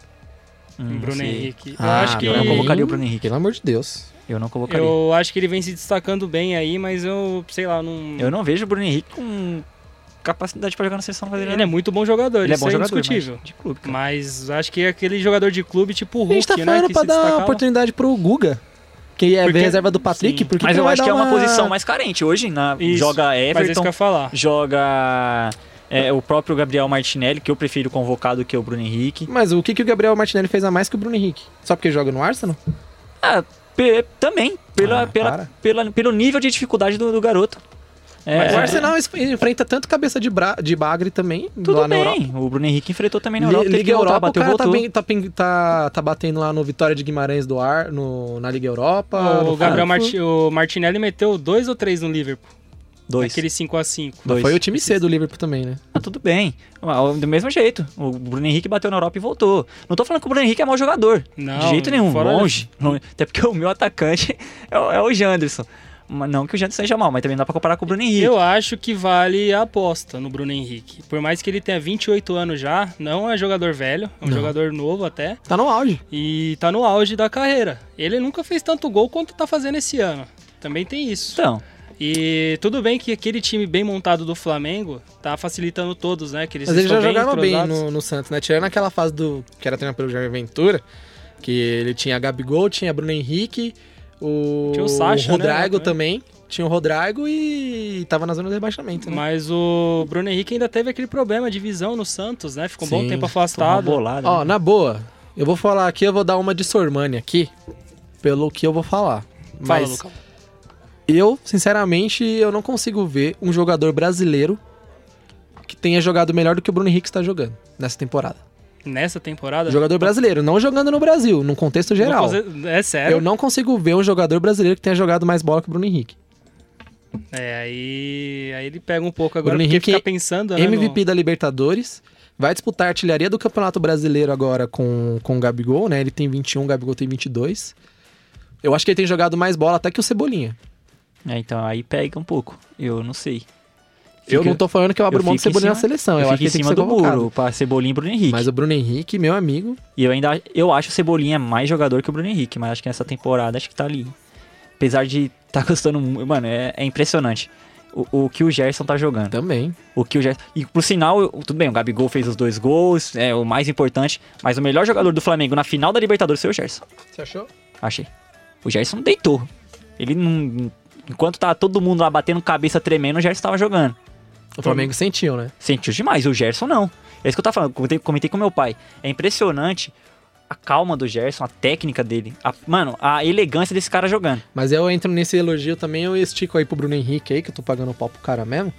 Speaker 1: Hum,
Speaker 3: Bruno
Speaker 1: sei.
Speaker 3: Henrique.
Speaker 4: Ah,
Speaker 3: eu acho que.
Speaker 1: Eu não
Speaker 4: Bruno
Speaker 1: convocaria o Bruno Henrique,
Speaker 4: Pelo amor de Deus.
Speaker 1: eu não convocaria. Eu,
Speaker 3: Eu acho que ele vem se destacando bem aí, mas eu, sei lá, não.
Speaker 1: não vejo o Bruno Henrique com capacidade pra jogar na seleção brasileira.
Speaker 3: Ele é muito bom jogador,
Speaker 1: Ele é
Speaker 3: isso
Speaker 1: bom jogador, mas
Speaker 3: indiscutível.
Speaker 1: de clube, cara.
Speaker 3: Mas acho que é aquele jogador de clube tipo o
Speaker 4: a
Speaker 3: Hulk,
Speaker 4: gente tá
Speaker 3: né?
Speaker 4: falando
Speaker 3: que
Speaker 4: pra
Speaker 3: se
Speaker 4: dar
Speaker 3: destaca
Speaker 4: uma
Speaker 3: lá.
Speaker 4: oportunidade pro Guga, que é
Speaker 3: Porque-
Speaker 4: reserva do Patrick,
Speaker 3: sim.
Speaker 4: porque
Speaker 1: Mas
Speaker 4: que
Speaker 1: eu
Speaker 4: vai
Speaker 1: acho
Speaker 4: dar
Speaker 1: que é uma posição mais carente. Hoje na,
Speaker 3: Isso,
Speaker 1: joga
Speaker 3: Mas é isso
Speaker 1: Everton,
Speaker 3: que eu ia falar.
Speaker 1: joga é, o próprio Gabriel Martinelli, que eu prefiro convocar do que o Bruno Henrique.
Speaker 4: Mas o que, que o Gabriel Martinelli fez a mais que o Bruno Henrique? Só porque joga no Arsenal?
Speaker 1: Ah, pe- também, pela,
Speaker 4: Ah, para.
Speaker 1: pela, pela- pelo nível de dificuldade do, do garoto. É,
Speaker 3: Mas
Speaker 4: O
Speaker 1: é,
Speaker 4: Arsenal es- enfrenta tanto cabeça de, bra... de bagre também,
Speaker 1: tudo
Speaker 4: lá na Europa.
Speaker 1: bem. O Bruno Henrique enfrentou também na
Speaker 4: Li-
Speaker 1: Europa. teve
Speaker 4: Liga
Speaker 1: que voltar,
Speaker 4: Europa,
Speaker 1: bateu,
Speaker 4: o cara tá,
Speaker 1: voltou.
Speaker 4: bem- tá pin- tá- tá batendo lá no Vitória de Guimarães do Ar, no- na Liga Europa.
Speaker 3: o
Speaker 4: no
Speaker 3: Gabriel
Speaker 4: Frankfurt.
Speaker 3: Marti- o Martinelli meteu dois ou três no Liverpool.
Speaker 1: Dois.
Speaker 3: Aquele 5x5.
Speaker 1: dois.
Speaker 4: Foi o time C do Liverpool também, né?
Speaker 1: Ah, tudo bem. Ah, Do mesmo jeito. O Bruno Henrique bateu na Europa e voltou. Não tô falando que o Bruno Henrique é mau jogador.
Speaker 3: Não,
Speaker 1: de jeito nenhum.
Speaker 3: fora-
Speaker 1: Longe, longe. Até porque o meu atacante <laughs> é o, é o Janderson. Mas Não que o Janderson seja mal, mas também não dá pra comparar com o Bruno Henrique.
Speaker 3: Eu acho que vale a aposta no Bruno Henrique. Por mais que ele tenha 28 anos já, não é jogador velho, é um
Speaker 4: Não.
Speaker 3: jogador novo até.
Speaker 4: Tá no auge.
Speaker 3: E tá no auge da carreira. Ele nunca fez tanto gol quanto tá fazendo esse ano. Também tem isso.
Speaker 1: Então,
Speaker 3: E tudo bem que aquele time bem montado do Flamengo tá facilitando todos, né? Que eles
Speaker 4: Mas ele já
Speaker 3: estão bem
Speaker 4: jogava bem
Speaker 3: entrosados.
Speaker 4: no, no Santos, né? Tirando aquela fase do que era treinado pelo Jair Ventura, que ele tinha Gabigol, tinha Bruno Henrique, o,
Speaker 3: Tinha o Sacha, né,
Speaker 4: Rodrigo
Speaker 3: lá
Speaker 4: também. Tinha o Rodrigo e tava na zona de rebaixamento, né?
Speaker 3: Mas o Bruno Henrique ainda teve aquele problema de visão no Santos, né? Ficou um bom
Speaker 4: Sim,
Speaker 3: tempo
Speaker 1: tomou uma
Speaker 3: afastado.
Speaker 1: bolada.
Speaker 4: Ó,
Speaker 1: né?
Speaker 4: na boa, eu vou falar aqui, eu vou dar uma de Sormani aqui, pelo que eu vou falar.
Speaker 3: Fala,
Speaker 4: Mas
Speaker 3: Lucão.
Speaker 4: eu, sinceramente, eu não consigo ver um jogador brasileiro que tenha jogado melhor do que o Bruno Henrique está jogando nessa temporada.
Speaker 3: Nessa temporada.
Speaker 4: Jogador brasileiro, não jogando no Brasil, num contexto
Speaker 3: Vou
Speaker 4: geral.
Speaker 3: fazer- É sério.
Speaker 4: Eu não consigo ver um jogador brasileiro que tenha jogado mais bola que o Bruno Henrique.
Speaker 3: É, aí, aí ele pega um pouco agora,
Speaker 4: Bruno
Speaker 3: porque
Speaker 4: Henrique,
Speaker 3: fica pensando, né? no-
Speaker 4: MVP da Libertadores. Vai disputar a artilharia do Campeonato Brasileiro agora com, com o Gabigol, né? Ele tem 21, o Gabigol tem 22. Eu acho que ele tem jogado mais bola até que o Cebolinha.
Speaker 1: É, então, aí pega um pouco. Eu não sei.
Speaker 4: eu
Speaker 1: Fica-
Speaker 4: não tô falando que eu abro
Speaker 1: eu
Speaker 4: mão do
Speaker 1: fico em
Speaker 4: Cebolinha na
Speaker 1: cima-
Speaker 4: seleção. Eu,
Speaker 1: fico
Speaker 4: acho que
Speaker 1: em
Speaker 4: ele tem que
Speaker 1: cima
Speaker 4: ser
Speaker 1: do
Speaker 4: convocado.
Speaker 1: muro pra Cebolinha e Bruno Henrique.
Speaker 4: Mas o Bruno Henrique, meu amigo,
Speaker 1: E eu ainda eu acho o Cebolinha mais jogador que o Bruno Henrique, mas acho que nessa temporada acho que tá ali. Apesar de tá <laughs> gostando muito, mano, é, é impressionante. O, o que o Gerson tá jogando.
Speaker 4: também.
Speaker 1: O que o Gerson. E por sinal, eu- tudo bem, o Gabigol fez os dois gols, é o mais importante. Mas o melhor jogador do Flamengo na final da Libertadores foi o Gerson.
Speaker 4: Você achou?
Speaker 1: Achei. O Gerson deitou. Ele não. Enquanto tava todo mundo lá batendo cabeça tremendo, o Gerson tava jogando.
Speaker 4: O Flamengo sentiu, né?
Speaker 1: Sentiu demais, o Gerson não. É isso que eu tava falando, comentei, comentei com meu pai. É impressionante a calma do Gerson, a técnica dele. a- mano, a elegância desse cara jogando.
Speaker 4: Mas eu entro nesse elogio também, eu estico aí pro Bruno Henrique aí, que eu tô pagando pau pro cara mesmo.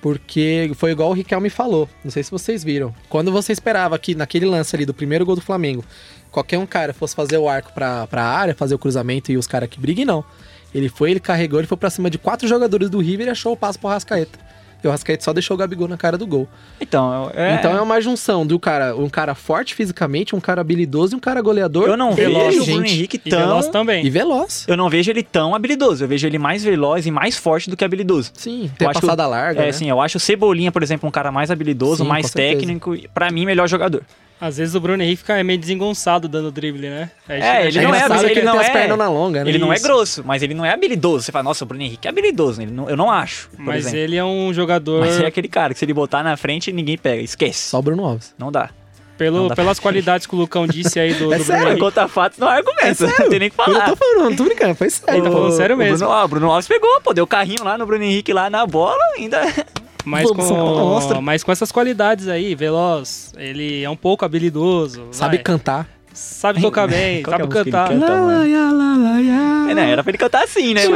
Speaker 4: Porque foi igual o Riquelme falou. Não sei se vocês viram. Quando você esperava que naquele lance ali do primeiro gol do Flamengo, qualquer um cara fosse fazer o arco pra, pra área, fazer o cruzamento e os caras que briguem, não. Ele foi, ele carregou, ele foi pra cima de quatro jogadores do River e achou o passo pro Rascaeta. E o Rascaeta só deixou o Gabigol na cara do gol.
Speaker 1: Então, é,
Speaker 4: Então é uma junção do cara, um cara forte fisicamente, um cara habilidoso e um cara goleador.
Speaker 1: eu não vejo o
Speaker 4: inteligente.
Speaker 1: Bruno Henrique
Speaker 3: E
Speaker 1: tão.
Speaker 3: Veloz também.
Speaker 4: E veloz.
Speaker 1: Eu não vejo ele tão habilidoso. Eu vejo ele mais veloz e mais forte do que habilidoso.
Speaker 4: Sim, ter
Speaker 1: Eu acho
Speaker 4: passada larga.
Speaker 1: É,
Speaker 4: né?
Speaker 1: sim, eu acho o Cebolinha, por exemplo, um cara mais habilidoso,
Speaker 4: Sim,
Speaker 1: mais
Speaker 4: com certeza.
Speaker 1: técnico, e, pra mim, melhor jogador.
Speaker 3: Às vezes o Bruno Henrique fica meio desengonçado dando drible, né? Aí
Speaker 1: É,
Speaker 3: chega-
Speaker 1: ele
Speaker 4: É
Speaker 1: não é
Speaker 4: engraçado
Speaker 1: habilidoso,
Speaker 4: que
Speaker 1: ele não
Speaker 4: tem
Speaker 1: é-
Speaker 4: as pernas na longa, né?
Speaker 1: Ele não é
Speaker 4: Isso.
Speaker 1: grosso, mas ele não é habilidoso. Você fala, nossa, o Bruno Henrique é habilidoso. Ele não- eu não acho, por
Speaker 3: Mas
Speaker 1: exemplo.
Speaker 3: ele é um jogador,
Speaker 1: Mas é aquele cara que se ele botar na frente, ninguém pega. Esquece.
Speaker 4: Só o Bruno Alves.
Speaker 1: Não dá.
Speaker 3: pelo,
Speaker 1: Não dá.
Speaker 3: pelas qualidades que o Lucão disse aí do,
Speaker 4: É
Speaker 3: do Bruno
Speaker 4: sério?
Speaker 1: Cara,
Speaker 3: Henrique.
Speaker 1: conta fatos não é argumento. não <laughs> tem nem o que
Speaker 4: Eu não
Speaker 1: falar.
Speaker 4: tô falando, não tô brincando, foi sério.
Speaker 3: Ele tá falando sério
Speaker 1: o
Speaker 3: mesmo.
Speaker 1: Bruno, ah, o Bruno Alves pegou, pô, deu carrinho lá no Bruno Henrique lá na bola, ainda.
Speaker 3: Mas
Speaker 1: Vamos, Lucão, mostra.
Speaker 3: com, mas com essas qualidades aí, veloz, ele é um pouco habilidoso.
Speaker 4: Sabe
Speaker 3: vai,
Speaker 4: cantar.
Speaker 3: sabe tocar bem,
Speaker 1: Qual que é
Speaker 3: sabe
Speaker 1: a música que ele
Speaker 3: cantar.
Speaker 1: canta? É, né, era pra ele cantar assim, né?
Speaker 4: É,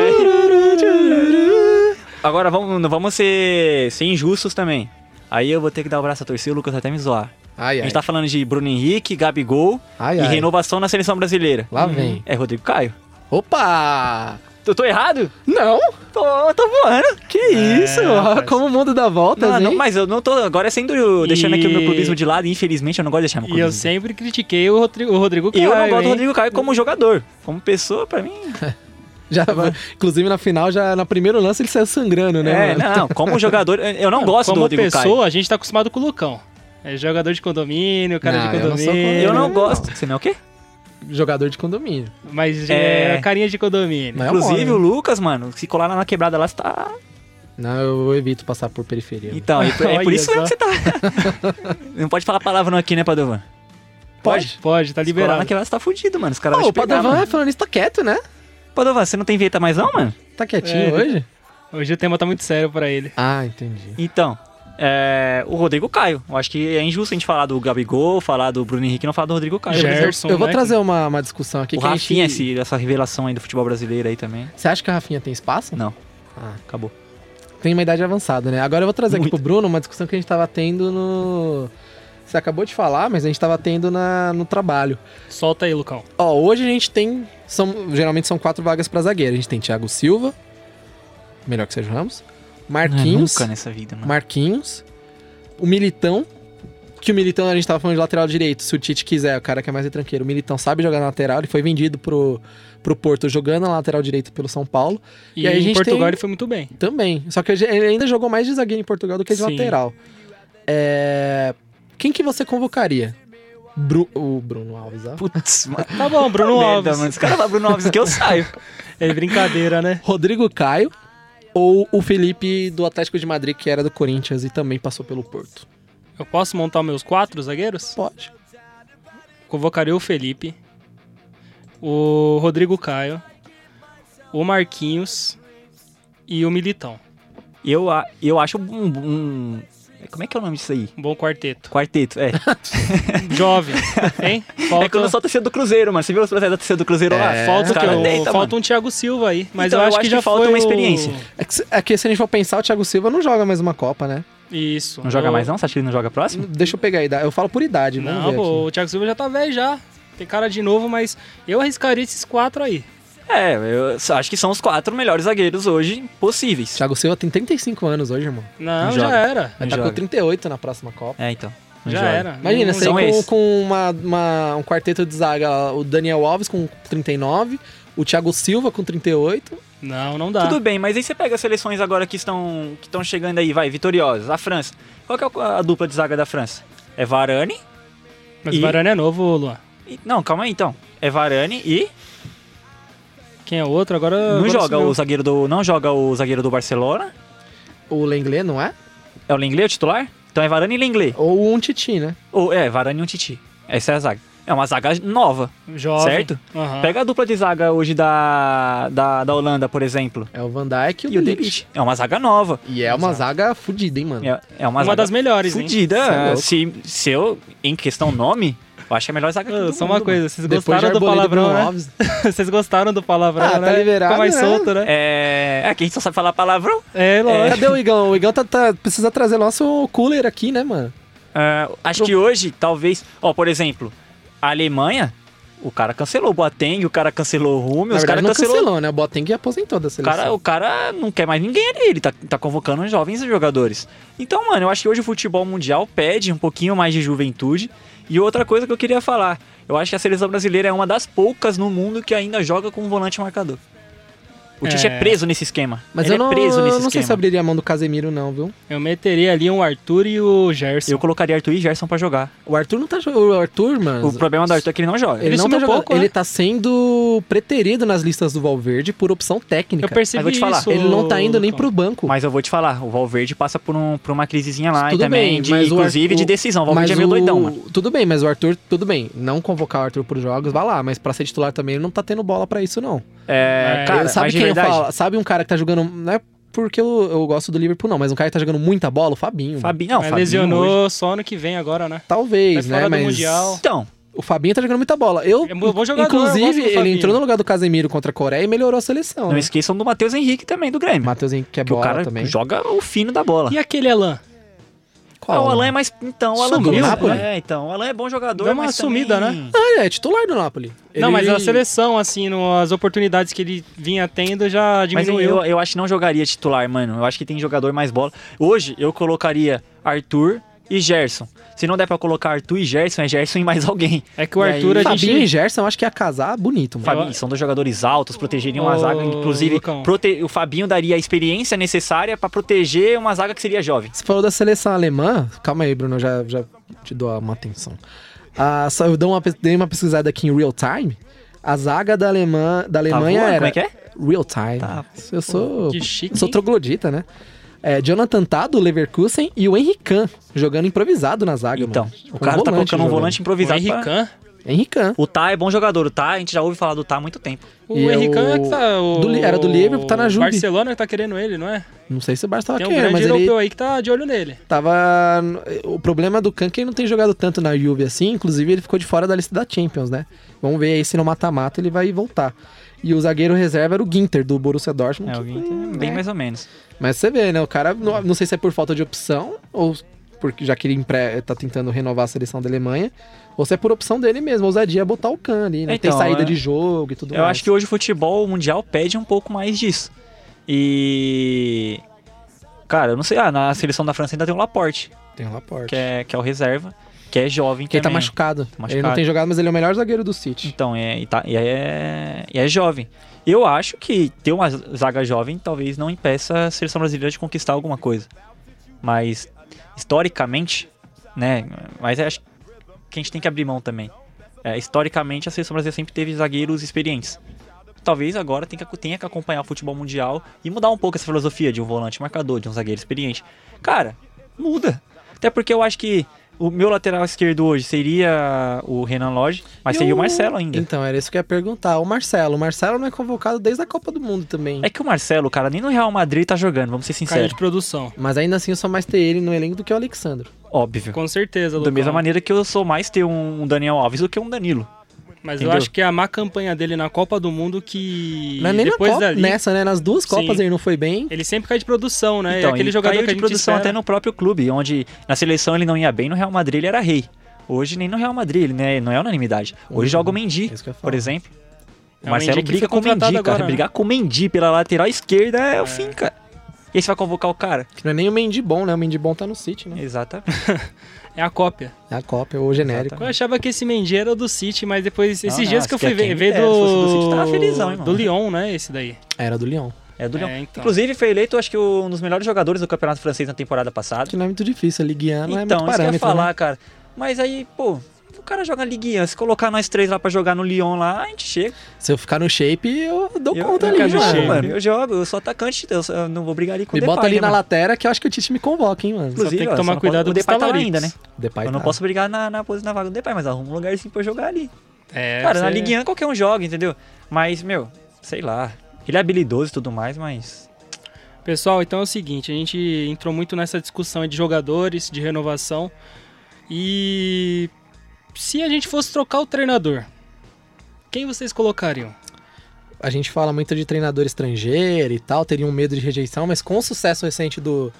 Speaker 1: mas- Agora vamos, não vamos ser, ser injustos também. Aí eu vou ter que dar o braço a torcer, o Lucas vai até me zoar.
Speaker 4: Ai,
Speaker 1: A
Speaker 4: ai.
Speaker 1: gente tá falando de Bruno Henrique, Gabigol
Speaker 4: ai,
Speaker 1: e
Speaker 4: ai.
Speaker 1: renovação na seleção brasileira.
Speaker 4: Lá vem.
Speaker 1: É Rodrigo Caio.
Speaker 4: Opa!
Speaker 1: Eu tô errado?
Speaker 4: Não!
Speaker 1: Tô, tô voando.
Speaker 4: Que isso?
Speaker 3: rapaz.
Speaker 4: Como o mundo dá voltas,
Speaker 1: É, Não,
Speaker 4: hein?
Speaker 1: não, mas eu não tô. Agora é sendo. Deixando aqui o meu
Speaker 3: E-
Speaker 1: clubismo de lado, infelizmente eu não gosto de deixar meu
Speaker 3: E eu
Speaker 1: clubismo.
Speaker 3: sempre critiquei o Rodrigo, o Rodrigo
Speaker 1: E eu não
Speaker 3: Caio,
Speaker 1: gosto do
Speaker 3: hein?
Speaker 1: Rodrigo Caio como jogador. Como pessoa, pra mim.
Speaker 4: Já, inclusive, na final, já na primeiro lance, ele saiu sangrando, né?
Speaker 1: é,
Speaker 4: mano?
Speaker 1: não, como jogador. Eu não gosto do
Speaker 3: Como
Speaker 1: Rodrigo
Speaker 3: pessoa,
Speaker 1: Caio.
Speaker 3: a gente tá acostumado com o Lucão. É jogador de condomínio, cara
Speaker 4: Não,
Speaker 3: de
Speaker 4: eu não sou
Speaker 3: condomínio.
Speaker 1: Eu não gosto. Você não é o quê?
Speaker 4: Jogador de condomínio.
Speaker 3: Mas
Speaker 1: É.
Speaker 3: é, a carinha de condomínio.
Speaker 4: Não é
Speaker 1: Inclusive,
Speaker 4: mole,
Speaker 1: o
Speaker 4: né?
Speaker 1: Lucas, mano, se colar na quebrada lá, você tá.
Speaker 4: Não, eu evito passar por periferia. mano.
Speaker 1: Então, é por, é por
Speaker 3: Olha
Speaker 1: isso mesmo que você tá. <laughs> não pode falar palavrão aqui, né, Padovan?
Speaker 4: Pode?
Speaker 3: Pode, tá
Speaker 1: Se colar na
Speaker 3: liberado.
Speaker 1: quebrada, você tá fudido, mano. Os caras
Speaker 4: Ô,
Speaker 1: vão
Speaker 4: o
Speaker 1: te pegar,
Speaker 4: Padovan
Speaker 1: mano.
Speaker 4: falando isso, tá quieto, né?
Speaker 1: Padovan, você não tem vinheta mais não, mano?
Speaker 4: Tá quietinho
Speaker 3: É,
Speaker 4: hoje?
Speaker 3: Hoje o tema tá muito sério pra ele.
Speaker 4: Ah, entendi.
Speaker 1: Então, é, o Rodrigo Caio. Eu acho que é injusto a gente falar do Gabigol, falar do Bruno Henrique e não falar do Rodrigo Caio.
Speaker 3: Gerson, é
Speaker 4: eu vou
Speaker 3: né,
Speaker 4: trazer uma, uma discussão aqui
Speaker 1: o
Speaker 4: que a
Speaker 1: Rafinha, é
Speaker 4: gente...
Speaker 1: esse- essa revelação aí do futebol brasileiro aí também.
Speaker 4: Você acha que a Rafinha tem espaço?
Speaker 1: Não.
Speaker 4: Ah.
Speaker 1: Acabou.
Speaker 4: tem uma idade avançada, né? Agora eu vou trazer
Speaker 1: Muito.
Speaker 4: aqui pro Bruno uma discussão que a gente tava tendo no. Você acabou de falar, mas a gente tava tendo na, no trabalho.
Speaker 3: Solta aí, Lucão.
Speaker 4: Ó, hoje a gente tem. São, geralmente são quatro vagas pra zagueiro. A gente tem Thiago Silva, melhor que seja o Ramos, Marquinhos,
Speaker 1: é Nunca nessa vida, mano.
Speaker 4: Ah. Marquinhos, o Militão. Que o Militão, a gente tava falando de lateral direito. Se o Tite quiser, o cara que é mais retranqueiro. O Militão sabe jogar na lateral. Ele foi vendido pro, pro Porto jogando na lateral direita pelo São Paulo.
Speaker 3: E,
Speaker 4: E aí a
Speaker 3: em
Speaker 4: gente
Speaker 3: Portugal
Speaker 4: tem-
Speaker 3: ele foi muito bem.
Speaker 4: Também. Só que ele ainda jogou mais de zagueiro em Portugal do que de
Speaker 3: Sim.
Speaker 4: lateral. É, Quem que você convocaria? Bru- O Bruno Alves, ó.
Speaker 3: <laughs>
Speaker 1: Putz, mano.
Speaker 3: Tá bom,
Speaker 1: <laughs>
Speaker 3: Bruno
Speaker 1: merda,
Speaker 3: Alves.
Speaker 1: mano. Os caras falam Bruno Alves
Speaker 3: <laughs>
Speaker 1: que eu saio.
Speaker 3: É brincadeira, né?
Speaker 4: Rodrigo Caio ou o Felipe do Atlético de Madrid, que era do Corinthians e também passou pelo Porto?
Speaker 3: Eu posso montar meus quatro zagueiros?
Speaker 4: Pode.
Speaker 3: Convocaria o Felipe, o Rodrigo Caio, o Marquinhos e o Militão.
Speaker 1: Eu, a- eu acho um, um- Como é que é o nome disso aí?
Speaker 3: Um bom
Speaker 1: <laughs>
Speaker 3: quarteto.
Speaker 1: Quarteto, é.
Speaker 3: Jovem, hein? Falta, É.
Speaker 1: É quando eu sou torcedor do Cruzeiro, mano. Você viu os projetos da torcida do Cruzeiro lá?
Speaker 3: falta,
Speaker 1: Os
Speaker 3: o quê?
Speaker 1: caras
Speaker 3: O-
Speaker 1: deitam,
Speaker 3: falta
Speaker 1: mano.
Speaker 3: um Thiago Silva aí. Mas
Speaker 1: Então,
Speaker 3: eu,
Speaker 1: eu
Speaker 3: acho que
Speaker 1: acho
Speaker 3: já
Speaker 1: que falta
Speaker 3: foi
Speaker 1: uma
Speaker 3: o-
Speaker 1: experiência.
Speaker 4: É que, se- é que se a gente for pensar, o Thiago Silva não joga mais uma Copa, né?
Speaker 3: Isso.
Speaker 1: Não joga
Speaker 3: O-
Speaker 1: mais, não? Você acha que ele não joga próximo?
Speaker 4: Hum, Deixa eu pegar a idade. Eu falo por idade, vamos
Speaker 3: Não,
Speaker 4: ver.
Speaker 3: pô,
Speaker 4: aqui.
Speaker 3: o Thiago Silva já tá velho já. Tem cara de novo, mas eu arriscaria esses quatro aí.
Speaker 1: É, eu só acho que são os quatro melhores zagueiros hoje possíveis.
Speaker 4: Thiago Silva tem 35 anos hoje, irmão.
Speaker 3: Não,
Speaker 1: Não
Speaker 3: já
Speaker 1: joga.
Speaker 3: era.
Speaker 4: Vai
Speaker 1: Não
Speaker 4: estar
Speaker 1: joga.
Speaker 4: com 38 na próxima Copa.
Speaker 1: É, então. Não
Speaker 3: Já
Speaker 1: joga.
Speaker 3: era.
Speaker 4: Imagina,
Speaker 3: Não- é
Speaker 4: você
Speaker 1: são
Speaker 4: aí com,
Speaker 1: esses.
Speaker 4: com uma, uma- um quarteto de zaga, ó, o Daniel Alves com 39, o Thiago Silva com 38.
Speaker 3: Não, não dá.
Speaker 4: Tá.
Speaker 1: Tudo bem, mas aí você pega as seleções agora que estão que estão chegando aí, vai, vitoriosas. A França. Qual que é a dupla de zaga da França? É Varane
Speaker 3: Mas
Speaker 1: E-
Speaker 3: o Varane é novo, Luan.
Speaker 1: e... Não, calma aí então. É Varane e...
Speaker 3: Quem é outro agora...
Speaker 4: Ah,
Speaker 1: Não
Speaker 3: agora
Speaker 1: joga
Speaker 3: sumiu.
Speaker 1: o zagueiro do... Não joga o zagueiro do Barcelona.
Speaker 4: O Lenglet, não é?
Speaker 1: É o Lenglet o titular? Então é Varane e Lenglet.
Speaker 4: Ou um Titi, né?
Speaker 1: Ou, é, Varane e um Titi. Essa é a zaga. É uma zaga nova,
Speaker 3: Jovem.
Speaker 1: certo?
Speaker 3: Aham.
Speaker 1: Pega a dupla de zaga hoje da, da, da Holanda, por exemplo.
Speaker 4: É o Van Dijk e o,
Speaker 1: E o
Speaker 4: De
Speaker 1: Delite. É uma zaga nova.
Speaker 4: Lit. E é uma zaga fodida, hein, mano?
Speaker 1: É, é uma,
Speaker 3: Uma
Speaker 1: zaga
Speaker 3: das melhores, hein? é
Speaker 1: fudida.
Speaker 4: Cê é
Speaker 1: se, se eu, em questão nome, eu acho que é a melhor zaga que
Speaker 3: Ô,
Speaker 1: todo
Speaker 3: Ah, só
Speaker 1: mundo,
Speaker 3: uma coisa, vocês
Speaker 4: Depois de
Speaker 3: gostaram do
Speaker 4: Arboleda e Bruno
Speaker 3: palavrão, né? <laughs>
Speaker 4: Alves.
Speaker 3: Vocês gostaram do palavrão,
Speaker 4: Ah, tá
Speaker 3: né?
Speaker 4: liberado,
Speaker 3: Ficou mais
Speaker 4: né?
Speaker 3: solto, né?
Speaker 1: É, é que a gente só sabe falar palavrão.
Speaker 3: É, lógico.
Speaker 4: Cadê o Igão? O Igão tá, tá- precisa trazer nosso cooler aqui, né, mano?
Speaker 1: É, acho que hoje, talvez... Ó, por exemplo, a Alemanha O cara cancelou o Boateng, o cara cancelou o Rume,
Speaker 4: Na
Speaker 1: os
Speaker 4: verdade,
Speaker 3: tá
Speaker 1: caras
Speaker 4: não
Speaker 1: cancelou.
Speaker 4: cancelou, né? O Boateng aposentou da
Speaker 1: O
Speaker 4: seleção.
Speaker 1: cara, o cara não quer mais ninguém ali, ele tá, tá convocando jovens jogadores. Então, mano, eu acho que hoje o futebol mundial pede um pouquinho mais de juventude. E outra coisa que eu queria falar, eu acho que a seleção brasileira é uma das poucas no mundo que ainda joga com um volante marcador. O Tite é,
Speaker 3: É.
Speaker 1: preso nesse esquema.
Speaker 4: Mas
Speaker 1: ele
Speaker 4: eu não,
Speaker 1: é preso nesse
Speaker 4: eu não sei
Speaker 1: esquema.
Speaker 4: se abriria a mão do Casemiro, não, viu?
Speaker 3: Eu meteria ali um Arthur e o Gerson.
Speaker 1: Eu colocaria Arthur e Gerson pra jogar.
Speaker 4: O Arthur não tá jogando. O Arthur, mano.
Speaker 1: O problema do Arthur é que ele não joga.
Speaker 4: ele,
Speaker 3: ele
Speaker 4: não tá
Speaker 3: sumiu
Speaker 4: jogando.
Speaker 3: pouco, né?
Speaker 4: ele tá sendo preterido nas listas do Valverde por opção técnica.
Speaker 3: Eu
Speaker 1: Mas
Speaker 3: percebi
Speaker 1: vou te falar,
Speaker 3: isso,
Speaker 4: Ele não tá indo nem
Speaker 3: Lucão.
Speaker 4: pro banco.
Speaker 1: Mas eu vou te falar, o Valverde passa por, um- por uma crisezinha lá
Speaker 4: Tudo
Speaker 1: e também,
Speaker 4: bem,
Speaker 1: de-
Speaker 4: mas o
Speaker 1: inclusive
Speaker 4: Arthur-
Speaker 1: de decisão. O Valverde é meio
Speaker 4: o-
Speaker 1: doidão, mano.
Speaker 4: Tudo bem, mas o Arthur, tudo bem. Não convocar o Arthur pros jogos, vai lá. Mas pra ser titular também, ele não tá tendo bola pra isso, não.
Speaker 1: É,
Speaker 3: É,
Speaker 1: cara,
Speaker 4: sabe
Speaker 1: mas de
Speaker 4: quem
Speaker 1: verdade,
Speaker 4: eu falo? Sabe um cara que tá jogando. Não é porque eu, eu gosto do Liverpool, não, mas um cara que tá jogando muita bola, o Fabinho.
Speaker 1: Fabinho, não,
Speaker 3: Mas
Speaker 1: Fabinho hoje-
Speaker 3: lesionou só ano que vem agora, né?
Speaker 4: Talvez,
Speaker 3: Tá
Speaker 4: né?
Speaker 3: fora do
Speaker 4: mas
Speaker 3: Mundial.
Speaker 1: Então,
Speaker 4: o Fabinho tá jogando muita bola. Eu,
Speaker 3: É um bom jogador, eu gosto
Speaker 4: inclusive,
Speaker 3: do
Speaker 4: ele
Speaker 3: Fabinho.
Speaker 4: entrou no lugar do Casemiro contra a Coreia e melhorou a seleção.
Speaker 1: Não
Speaker 4: Né?
Speaker 1: esqueçam do Matheus Henrique também, do Grêmio.
Speaker 4: Matheus Henrique, que é
Speaker 1: que o
Speaker 4: bola
Speaker 1: cara
Speaker 4: também.
Speaker 1: joga o fino da bola.
Speaker 3: E aquele Alain?
Speaker 1: Ah, o Alan é
Speaker 4: Alan
Speaker 1: mais. Então, o Alan
Speaker 4: Sumiu,
Speaker 1: também-
Speaker 4: Napoli?
Speaker 1: É, então. O Alan é bom jogador,
Speaker 3: Deu uma
Speaker 1: mas.
Speaker 3: sumida,
Speaker 1: também... né?
Speaker 4: é... é titular do Napoli.
Speaker 3: Não, mas
Speaker 4: Ele-
Speaker 3: a seleção, assim, no- as oportunidades que ele vinha tendo já
Speaker 1: Mas
Speaker 3: diminuiu.
Speaker 1: eu, eu acho que não jogaria titular, mano. Eu acho que tem jogador mais bola. Hoje, eu colocaria Arthur e Gerson. Se não der pra colocar Arthur e Gerson, é Gerson e mais alguém.
Speaker 3: É que o
Speaker 1: E aí,
Speaker 3: Arthur, a
Speaker 4: Fabinho e
Speaker 3: gente...
Speaker 4: Gerson, eu acho que ia casar bonito, mano.
Speaker 1: Fabinho, são dois jogadores altos, protegeriam a
Speaker 3: Ô,
Speaker 1: zaga. Inclusive,
Speaker 3: Lucão.
Speaker 1: prote- o Fabinho daria a experiência necessária pra proteger uma zaga que seria jovem.
Speaker 4: Você falou da seleção alemã. Calma aí, Bruno, eu já, já te dou uma atenção. Ah, só eu dou uma pes- dei uma pesquisada aqui em real time. A zaga da, Alemã, da
Speaker 1: Tá
Speaker 4: Alemanha
Speaker 1: voando?
Speaker 4: era.
Speaker 1: Como é que é?
Speaker 4: Real time.
Speaker 1: Tá.
Speaker 4: eu sou.
Speaker 3: Que chique,
Speaker 4: eu sou
Speaker 3: hein?
Speaker 4: troglodita, né? É, Jonathan Tado, Leverkusen e o Henrican jogando improvisado na zaga.
Speaker 1: Então,
Speaker 4: mano.
Speaker 1: o
Speaker 4: Um
Speaker 1: cara tá colocando um
Speaker 4: jogando.
Speaker 1: volante
Speaker 3: O
Speaker 1: improvisado. pra-
Speaker 3: Henrican.
Speaker 4: Henrican.
Speaker 1: O Tá é bom jogador, o Tá, a gente já ouve falar do Tá há muito tempo.
Speaker 3: O
Speaker 4: E é
Speaker 3: Henrican
Speaker 4: o-
Speaker 3: que tá... O...
Speaker 4: do Li- era do Liverpool, tá na Juve.
Speaker 3: Barcelona que tá querendo ele, não é?
Speaker 4: Não sei se o Barça tava
Speaker 3: Tem um
Speaker 4: querendo,
Speaker 3: grande
Speaker 4: mas ele
Speaker 3: europeu aí que tá de olho nele.
Speaker 4: tava. eh, O problema do Kahn é que ele não tem jogado tanto na Juve assim, inclusive ele ficou de fora da lista da Champions, né? Vamos ver aí se no mata-mata ele vai voltar. E o zagueiro reserva era o Ginter, do Borussia Dortmund.
Speaker 1: É,
Speaker 4: que-
Speaker 1: alguém tem- bem mais ou menos.
Speaker 4: Mas você vê, né? O cara, não, não sei se é por falta de opção, ou porque já que ele empre- tá tentando renovar a seleção da Alemanha, ou se é por opção dele mesmo, ousadia é botar o Kahn ali, né?
Speaker 1: Então,
Speaker 4: tem saída
Speaker 1: é.
Speaker 4: de jogo e tudo
Speaker 1: Eu
Speaker 4: mais.
Speaker 1: acho que hoje o futebol mundial pede um pouco mais disso. E. Cara, eu não sei, ah, na seleção da França ainda tem o Laporte,
Speaker 4: Tem o Laporte.
Speaker 1: que é, que é o reserva, que é jovem.
Speaker 4: Porque ele tá
Speaker 1: também.
Speaker 4: machucado. Ele
Speaker 1: machucado.
Speaker 4: não tem jogado, mas ele é o melhor zagueiro do City.
Speaker 1: Então, é, e, tá- e é, e é jovem. Eu acho que ter uma zaga jovem talvez não impeça a seleção brasileira de conquistar alguma coisa. Mas, historicamente, né? Mas acho que a gente tem que abrir mão também. É, historicamente, a seleção brasileira sempre teve zagueiros experientes. Talvez agora tenha que, tenha que acompanhar o futebol mundial e mudar um pouco essa filosofia de um volante marcador, de um zagueiro experiente. Cara, muda. Até porque eu acho que o meu lateral esquerdo hoje seria o Renan Lodge, mas
Speaker 4: E
Speaker 1: seria o Marcelo ainda.
Speaker 4: Então, era isso que eu ia perguntar. O Marcelo. O Marcelo não é convocado desde a Copa do Mundo também.
Speaker 1: É que o Marcelo, cara, nem no Real Madrid tá jogando, vamos ser
Speaker 3: Caiu
Speaker 1: sinceros.
Speaker 3: de produção.
Speaker 4: Mas ainda assim, eu sou mais ter ele no elenco do que o Alexandre.
Speaker 1: Óbvio.
Speaker 3: <laughs> Com certeza,
Speaker 1: Da
Speaker 3: Lucão.
Speaker 1: mesma maneira que eu sou mais ter um Daniel Alves do que um Danilo.
Speaker 3: Mas
Speaker 1: entendeu?
Speaker 3: eu acho que é a má campanha dele na Copa do Mundo que...
Speaker 4: Não é nem na
Speaker 3: depois
Speaker 4: Copa,
Speaker 3: dali,
Speaker 4: nessa, né? Nas duas
Speaker 3: Sim.
Speaker 4: Copas ele não foi
Speaker 1: É
Speaker 4: bem.
Speaker 3: Ele sempre cai de produção, né?
Speaker 1: Então,
Speaker 3: é aquele
Speaker 1: ele
Speaker 3: jogador
Speaker 1: caiu
Speaker 3: que a
Speaker 1: de
Speaker 3: gente
Speaker 1: produção
Speaker 3: espera.
Speaker 1: até no próprio clube, onde na seleção ele não ia bem, no Real Madrid ele era rei. Hoje nem no Real Madrid, ele né, não é unanimidade. Hoje
Speaker 4: Uhum.
Speaker 1: joga o Mendy,
Speaker 4: É isso que eu ia falar.
Speaker 1: por exemplo. O
Speaker 3: É, o
Speaker 1: Marcelo
Speaker 3: Mendy que
Speaker 1: briga
Speaker 3: foi
Speaker 1: com o Mendy,
Speaker 3: contratado
Speaker 1: cara.
Speaker 3: agora, né?
Speaker 1: Brigar com o Mendy pela lateral esquerda é, o fim, cara. E aí você vai convocar o cara?
Speaker 4: Que não é nem o Mendy bom, né? O Mendy bom tá no City, né?
Speaker 1: Exatamente.
Speaker 3: É a cópia.
Speaker 4: É a Copa, é o genérico.
Speaker 3: Eu achava que esse Mendy era do City, mas depois...
Speaker 1: Não,
Speaker 3: Esses
Speaker 1: não,
Speaker 3: dias que eu
Speaker 1: acho
Speaker 3: fui
Speaker 1: que é quem
Speaker 3: ver, ver
Speaker 1: dera, se fosse do City,
Speaker 3: do...
Speaker 1: tava felizão, hein, mano?
Speaker 3: do Lyon, né? Esse daí.
Speaker 4: Era do Leão.
Speaker 1: É do Leão.
Speaker 3: É, então.
Speaker 1: Inclusive, foi eleito, acho que o- um dos melhores jogadores do Campeonato Francês na temporada passada.
Speaker 4: Que não é muito difícil. A Ligue 1 não é
Speaker 1: então,
Speaker 4: muito
Speaker 1: isso que eu
Speaker 4: parâmetro,
Speaker 1: ia falar, cara. Mas aí, pô, o cara joga Ligue 1. Se colocar nós três lá pra jogar no Lyon lá, a gente chega.
Speaker 4: né? Se eu ficar no shape, eu dou
Speaker 1: Eu,
Speaker 4: conta
Speaker 1: eu
Speaker 4: ali,
Speaker 1: quero
Speaker 4: mano.
Speaker 1: jogar,
Speaker 3: shape.
Speaker 1: mano. Eu jogo, eu sou atacante, eu, só- eu não vou brigar ali com
Speaker 4: Me
Speaker 1: o Depay,
Speaker 4: bota ali
Speaker 1: né,
Speaker 4: na
Speaker 1: mano?
Speaker 4: latera que eu acho que o Tite me convoca, hein, mano.
Speaker 1: Inclusive,
Speaker 3: tem que
Speaker 1: ó,
Speaker 3: tomar
Speaker 1: só não
Speaker 3: cuidado
Speaker 1: pode-
Speaker 3: dos
Speaker 1: O Depay tá lá
Speaker 3: talaritos.
Speaker 1: ainda, né?
Speaker 4: Depay
Speaker 1: eu não
Speaker 4: tá.
Speaker 1: posso brigar na, na, posi- na vaga do Depay, mas arruma um lugarzinho pra eu jogar ali.
Speaker 3: É,
Speaker 1: cara, na
Speaker 3: você-
Speaker 1: Ligue 1 qualquer um joga, entendeu? Mas, meu, sei lá. Ele é habilidoso e tudo mais, mas...
Speaker 3: Pessoal, então é o seguinte, a gente entrou muito nessa discussão aí de jogadores, de renovação. E se a gente fosse trocar o treinador, quem vocês colocariam?
Speaker 4: A gente fala muito de treinador estrangeiro e tal, teria um medo de rejeição, mas com o sucesso recente do,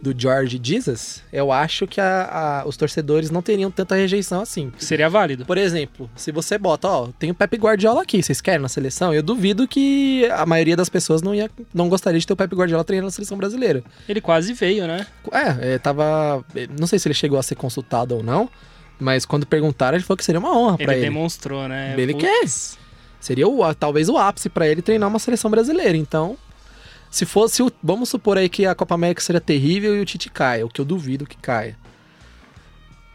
Speaker 4: do George Jesus, eu acho que a- a- os torcedores não teriam tanta rejeição assim.
Speaker 3: Seria válido.
Speaker 4: Por exemplo, se você bota, ó, tem o Pepe Guardiola aqui, vocês querem na seleção? Eu duvido que a maioria das pessoas não, ia, não gostaria de ter o Pepe Guardiola treinando na seleção brasileira.
Speaker 3: Ele quase veio, né?
Speaker 4: É, é, tava. Não sei se ele chegou a ser consultado ou não, mas quando perguntaram, ele falou que seria uma honra
Speaker 3: Ele,
Speaker 4: pra ele.
Speaker 3: demonstrou, né?
Speaker 4: Ele é.
Speaker 3: O-
Speaker 4: quer. Seria o, talvez o ápice pra ele treinar uma seleção brasileira. Então, se fosse. o- Vamos supor aí que a Copa América seria terrível e o Tite caia, o que eu duvido que caia.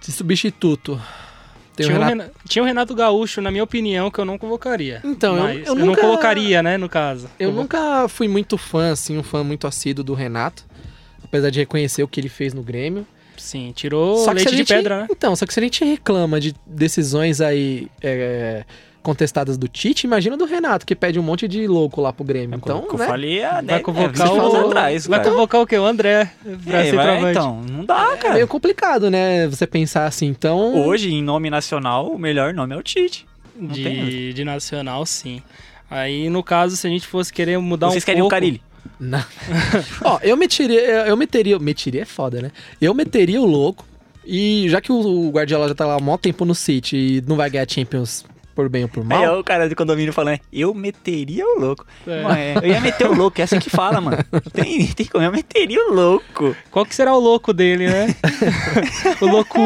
Speaker 4: De substituto. Tem o
Speaker 3: Tinha, um o
Speaker 4: Renato-
Speaker 3: Renato... tinha o Renato Gaúcho, na minha opinião, que eu não convocaria.
Speaker 4: Então, eu-
Speaker 3: Mas
Speaker 4: eu
Speaker 3: não
Speaker 4: nunca-
Speaker 3: colocaria, né, no caso.
Speaker 4: Eu nunca fui muito fã, assim, um fã muito assíduo do Renato. Apesar de reconhecer o que ele fez no Grêmio.
Speaker 3: Sim, tirou
Speaker 4: Só que se
Speaker 3: leite
Speaker 4: a
Speaker 3: de
Speaker 4: gente-
Speaker 3: pedra, né?
Speaker 4: Então, só que se a gente reclama de decisões aí é, contestadas do Tite, imagina do Renato, que pede um monte de louco lá pro Grêmio.
Speaker 1: Então,
Speaker 4: então,
Speaker 1: que eu
Speaker 4: né?
Speaker 1: falei há
Speaker 3: Vai
Speaker 1: né,
Speaker 3: convocar
Speaker 1: 20 anos
Speaker 3: o...
Speaker 1: atrás,
Speaker 3: Vai
Speaker 1: cara.
Speaker 3: convocar o quê? O André pra
Speaker 1: É,
Speaker 3: ser
Speaker 1: vai-
Speaker 3: travante.
Speaker 1: então, não dá,
Speaker 4: É
Speaker 1: cara.
Speaker 4: meio complicado, né? Você pensar assim, então...
Speaker 1: Hoje, em nome nacional, o melhor nome é o Tite. Não tem outro.
Speaker 3: de, de nacional, sim. Aí, no caso, se a gente fosse querer mudar
Speaker 1: Vocês
Speaker 3: um
Speaker 1: querem
Speaker 3: pouco...
Speaker 1: o Carilli?
Speaker 4: Não. Ó, eu meteria, eu meteria, meteria é foda, né? Eu meteria o louco e já que o Guardiola já tá lá há mó tempo no City e não vai ganhar Champions por bem ou por mal...
Speaker 1: Aí é o cara do condomínio falando, "É, eu meteria o louco.
Speaker 3: É.
Speaker 1: Mano, é, eu ia meter o louco, é assim que fala,
Speaker 4: <laughs>
Speaker 1: mano. Tem, tem como, eu meteria o louco.
Speaker 3: Qual que será o louco dele,
Speaker 4: <laughs>
Speaker 3: né? <laughs> o louco...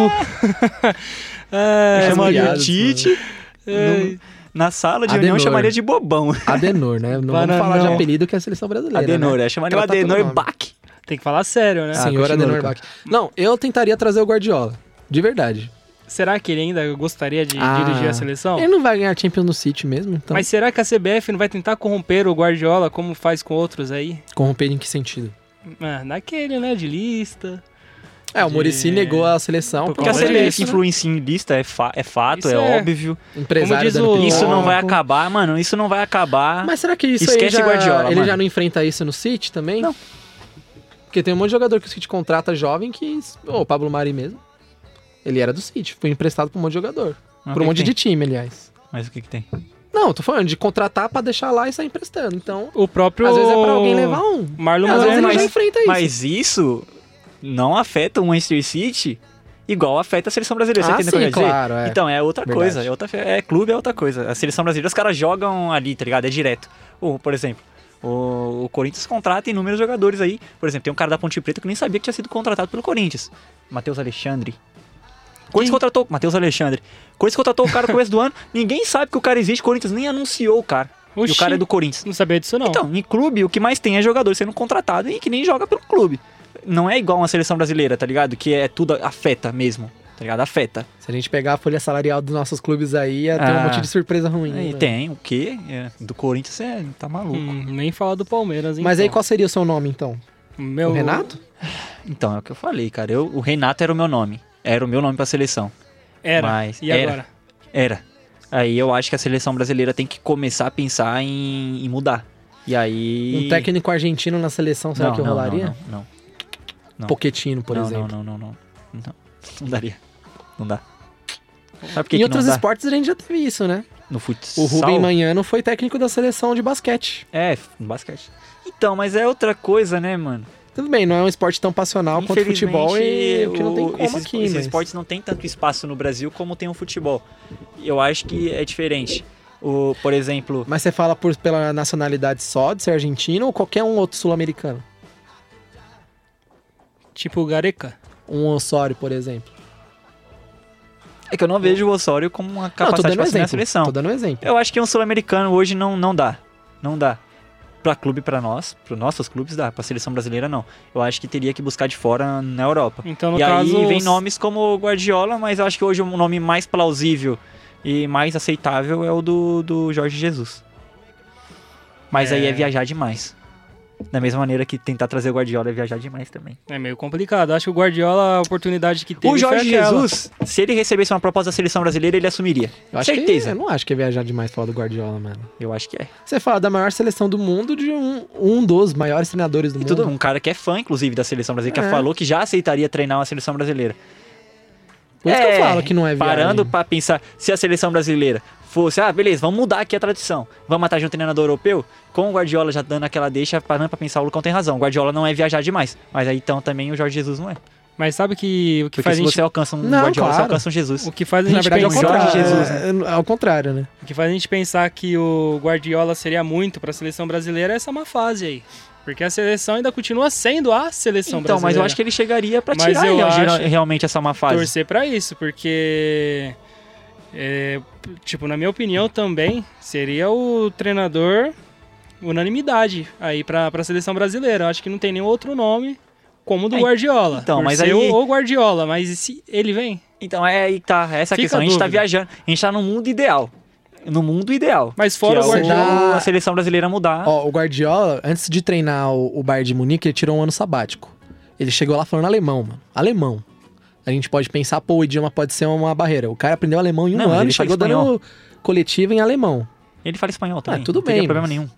Speaker 1: Eu
Speaker 3: é,
Speaker 1: chamaria o
Speaker 4: piadas,
Speaker 1: Tite,
Speaker 3: é,
Speaker 1: na sala de
Speaker 4: Adenor.
Speaker 1: reunião eu chamaria de bobão.
Speaker 4: Adenor, né? Não vamos
Speaker 3: Bananão.
Speaker 4: falar de apelido que é a seleção brasileira.
Speaker 1: Adenor,
Speaker 4: né?
Speaker 1: é, chamaria o
Speaker 4: Ela tá todo
Speaker 1: Adenor
Speaker 4: nome.
Speaker 1: Bach.
Speaker 3: tem que falar sério, né?
Speaker 1: Ah,
Speaker 4: Senhor
Speaker 1: continua,
Speaker 4: Adenor
Speaker 1: cara.
Speaker 4: Bach. Não, eu tentaria trazer o Guardiola. De verdade.
Speaker 3: Será que ele ainda gostaria de
Speaker 4: Ah.
Speaker 3: dirigir a seleção?
Speaker 4: Ele não vai ganhar Champions no City mesmo, então.
Speaker 3: Mas será que a CBF não vai tentar corromper o Guardiola como faz com outros aí?
Speaker 4: Corromper em que sentido?
Speaker 3: Ah, naquele, né? De lista.
Speaker 4: É, o
Speaker 3: De-
Speaker 4: Morici negou a seleção.
Speaker 3: Porque
Speaker 4: por
Speaker 1: Porque a
Speaker 3: Como
Speaker 4: causa
Speaker 1: CBF
Speaker 3: CBF
Speaker 4: disso, né?
Speaker 1: influencia em lista, é, fa- é fato,
Speaker 3: Isso
Speaker 1: é,
Speaker 3: é-
Speaker 1: óbvio.
Speaker 4: Empresário
Speaker 3: diz
Speaker 4: dando
Speaker 3: o-
Speaker 1: Isso não vai
Speaker 4: pitaco.
Speaker 1: acabar, mano, isso não vai acabar.
Speaker 4: Mas será que isso aí
Speaker 1: Esquece
Speaker 4: já,
Speaker 1: Guardiola,
Speaker 4: ele
Speaker 1: mano.
Speaker 4: já não enfrenta isso no City também?
Speaker 1: Não.
Speaker 4: Porque tem um monte de jogador que o City contrata jovem que... Ô, o Pablo Mari mesmo. Ele era do City. Foi emprestado pra um monte de jogador.
Speaker 1: Mas o
Speaker 4: pra
Speaker 1: que
Speaker 4: um monte
Speaker 1: que
Speaker 4: de É time, aliás.
Speaker 1: tem? Mas o que que tem?
Speaker 4: Não, tô falando de contratar pra deixar lá e sair emprestando. Então,
Speaker 3: O próprio...
Speaker 4: às vezes é pra alguém levar um.
Speaker 3: Marlon
Speaker 4: Às vezes
Speaker 3: Brando,
Speaker 4: ele
Speaker 1: mas-
Speaker 4: já enfrenta isso.
Speaker 1: Mas isso não afeta o Manchester City igual afeta a seleção brasileira. Você
Speaker 4: Ah,
Speaker 1: entende o que eu
Speaker 4: sim,
Speaker 1: quero dizer?
Speaker 4: claro, é.
Speaker 1: Então, é outra
Speaker 4: Verdade.
Speaker 1: coisa. É, outra, é clube, é outra coisa. A seleção brasileira, os caras jogam ali, tá ligado? É direto. Ou, por exemplo, o, o Corinthians contrata inúmeros jogadores aí. Por exemplo, tem um cara da Ponte Preta que nem sabia que tinha sido contratado pelo Corinthians. Matheus Alexandre. Corinthians contratou... Matheus Alexandre. Corinthians contratou o cara no começo do ano. Ninguém sabe que o cara existe. O Corinthians nem anunciou o cara. E
Speaker 3: Oxi.
Speaker 1: o cara é do Corinthians.
Speaker 3: Não sabia disso, não.
Speaker 1: Então, em clube, o que mais tem é jogador sendo contratado e que nem joga pelo clube. Não é igual uma seleção brasileira, tá ligado? Que é tudo afeta mesmo, tá ligado? Afeta.
Speaker 4: Se a gente pegar a folha salarial dos nossos clubes aí, ia ter um
Speaker 1: Ah.
Speaker 4: monte de surpresa ruim.
Speaker 1: E
Speaker 4: né?
Speaker 1: tem o quê? É, do Corinthians é, tá maluco.
Speaker 3: Hum, nem falar do Palmeiras, hein?
Speaker 4: Mas aí qual seria o seu nome, então?
Speaker 3: Meu...
Speaker 4: O Renato?
Speaker 1: Então, é o que eu falei, cara. Eu, o Renato era o meu nome. Era o meu nome pra seleção.
Speaker 3: Era.
Speaker 1: Mas-
Speaker 3: e
Speaker 1: era.
Speaker 3: agora?
Speaker 1: Era. Aí eu acho que a seleção brasileira tem que começar a pensar em, em mudar. E aí.
Speaker 4: Um técnico argentino na seleção, será
Speaker 1: Não,
Speaker 4: que
Speaker 1: não, não,
Speaker 4: rolaria?
Speaker 1: Não, não, não.
Speaker 4: Poquetino, por
Speaker 1: Não,
Speaker 4: exemplo.
Speaker 1: Não, não, não, não. Não, <laughs> não daria. Não dá. Sabe por que,
Speaker 4: Em
Speaker 1: que
Speaker 4: outros
Speaker 1: não dá?
Speaker 4: esportes a gente já teve isso, né?
Speaker 1: No futsal.
Speaker 4: O Rubem Manhano foi técnico da seleção de basquete.
Speaker 1: É, no basquete. Então, mas é outra coisa, né, mano?
Speaker 4: Tudo bem, não é um esporte tão passional quanto o futebol e o que não tem como
Speaker 1: esses,
Speaker 4: aqui,
Speaker 1: esses
Speaker 4: mas...
Speaker 1: esportes não tem tanto espaço no Brasil como tem o futebol. Eu acho que é diferente. O, por exemplo,
Speaker 4: Mas você fala por, pela nacionalidade só de ser argentino ou qualquer um outro sul-americano?
Speaker 3: Tipo o Gareca.
Speaker 4: Um Osório, por exemplo.
Speaker 1: é que eu não vejo o Osório como uma
Speaker 4: Não, tô
Speaker 1: capacidade para
Speaker 4: dando um
Speaker 1: na
Speaker 4: exemplo. Tô
Speaker 1: seleção.
Speaker 4: dando um exemplo.
Speaker 1: Eu acho que um sul-americano hoje não, não dá. Não dá. Pra clube, pra nós, para nossos clubes dá, pra seleção brasileira não. Eu acho que teria que buscar de fora na Europa.
Speaker 3: Então, no
Speaker 1: e
Speaker 3: caso...
Speaker 1: aí vem nomes como o Guardiola, mas eu acho que hoje o nome mais plausível e mais aceitável é o do, do Jorge Jesus. Mas
Speaker 3: É.
Speaker 1: aí é viajar demais. Da mesma maneira que tentar trazer o Guardiola é viajar demais também.
Speaker 3: É meio complicado. Acho que o Guardiola, a oportunidade que teve
Speaker 1: o Jorge
Speaker 3: foi aquela.
Speaker 1: Jesus, se ele recebesse uma proposta da seleção brasileira, ele assumiria.
Speaker 4: Eu acho
Speaker 1: Certeza.
Speaker 4: Que, eu não acho que é viajar demais falar do Guardiola, mano.
Speaker 1: Eu acho que é.
Speaker 4: Você fala da maior seleção do mundo de um, um dos maiores treinadores do
Speaker 1: E
Speaker 4: mundo.
Speaker 1: tudo, um cara que é fã, inclusive, da seleção brasileira,
Speaker 4: É.
Speaker 1: que falou que já aceitaria treinar uma seleção brasileira.
Speaker 4: Por isso que eu
Speaker 1: É,
Speaker 4: falo que não é viagem.
Speaker 1: Parando pra pensar, se a seleção brasileira fosse, ah, beleza, vamos mudar aqui a tradição, vamos matar de um treinador europeu, com o Guardiola já dando aquela deixa, parando pra pensar, o Lucão tem razão, o Guardiola não é viajar demais, mas aí então também o Jorge Jesus não é.
Speaker 3: Mas sabe que o
Speaker 1: Porque
Speaker 3: que faz a
Speaker 1: se
Speaker 3: gente,
Speaker 1: você alcança um
Speaker 4: Não,
Speaker 1: Guardiola,
Speaker 4: claro.
Speaker 1: você alcança um Jesus.
Speaker 3: o que faz a
Speaker 4: Na
Speaker 3: gente
Speaker 4: verdade, é ao
Speaker 1: pensa-
Speaker 3: pensar,
Speaker 4: contrário.
Speaker 1: Jorge Jesus, né?
Speaker 4: é ao contrário, né?
Speaker 3: o que faz a gente pensar que o Guardiola seria muito pra seleção brasileira é essa má fase aí. Porque a seleção ainda continua sendo a seleção
Speaker 1: Então,
Speaker 3: brasileira.
Speaker 1: mas eu acho que ele chegaria pra
Speaker 3: Mas
Speaker 1: tirar
Speaker 3: eu
Speaker 1: ele,
Speaker 3: acho-
Speaker 1: realmente essa má fase.
Speaker 3: torcer pra isso, porque é, p- tipo, na minha opinião também seria o treinador unanimidade aí pra pra seleção brasileira. Eu Acho que não tem nenhum outro nome como o do
Speaker 1: Ah,
Speaker 3: Guardiola.
Speaker 1: então,
Speaker 3: Por
Speaker 1: mas
Speaker 3: ser
Speaker 1: aí-
Speaker 3: o o Guardiola, mas e se ele vem?
Speaker 1: Então é aí que tá, essa é a
Speaker 3: Fica
Speaker 1: questão.
Speaker 3: a
Speaker 1: A gente tá
Speaker 3: dúvida.
Speaker 1: viajando, a gente tá no mundo ideal. No mundo ideal.
Speaker 3: Mas fora
Speaker 1: que
Speaker 3: o
Speaker 1: é
Speaker 4: Guardiola-
Speaker 1: a seleção brasileira mudar.
Speaker 4: Ó, o Guardiola, antes de treinar o, o Bayern de Munique, ele tirou um ano sabático. Ele chegou lá falando alemão, mano. Alemão. A gente pode pensar, pô, o idioma pode ser uma barreira. O cara aprendeu alemão em um
Speaker 1: Não, mas
Speaker 4: ano e
Speaker 1: ele fala
Speaker 4: chegou dando coletiva em alemão.
Speaker 1: Ele fala espanhol também.
Speaker 4: tudo
Speaker 1: não teria
Speaker 4: bem,
Speaker 1: problema
Speaker 4: mas-
Speaker 1: nenhum.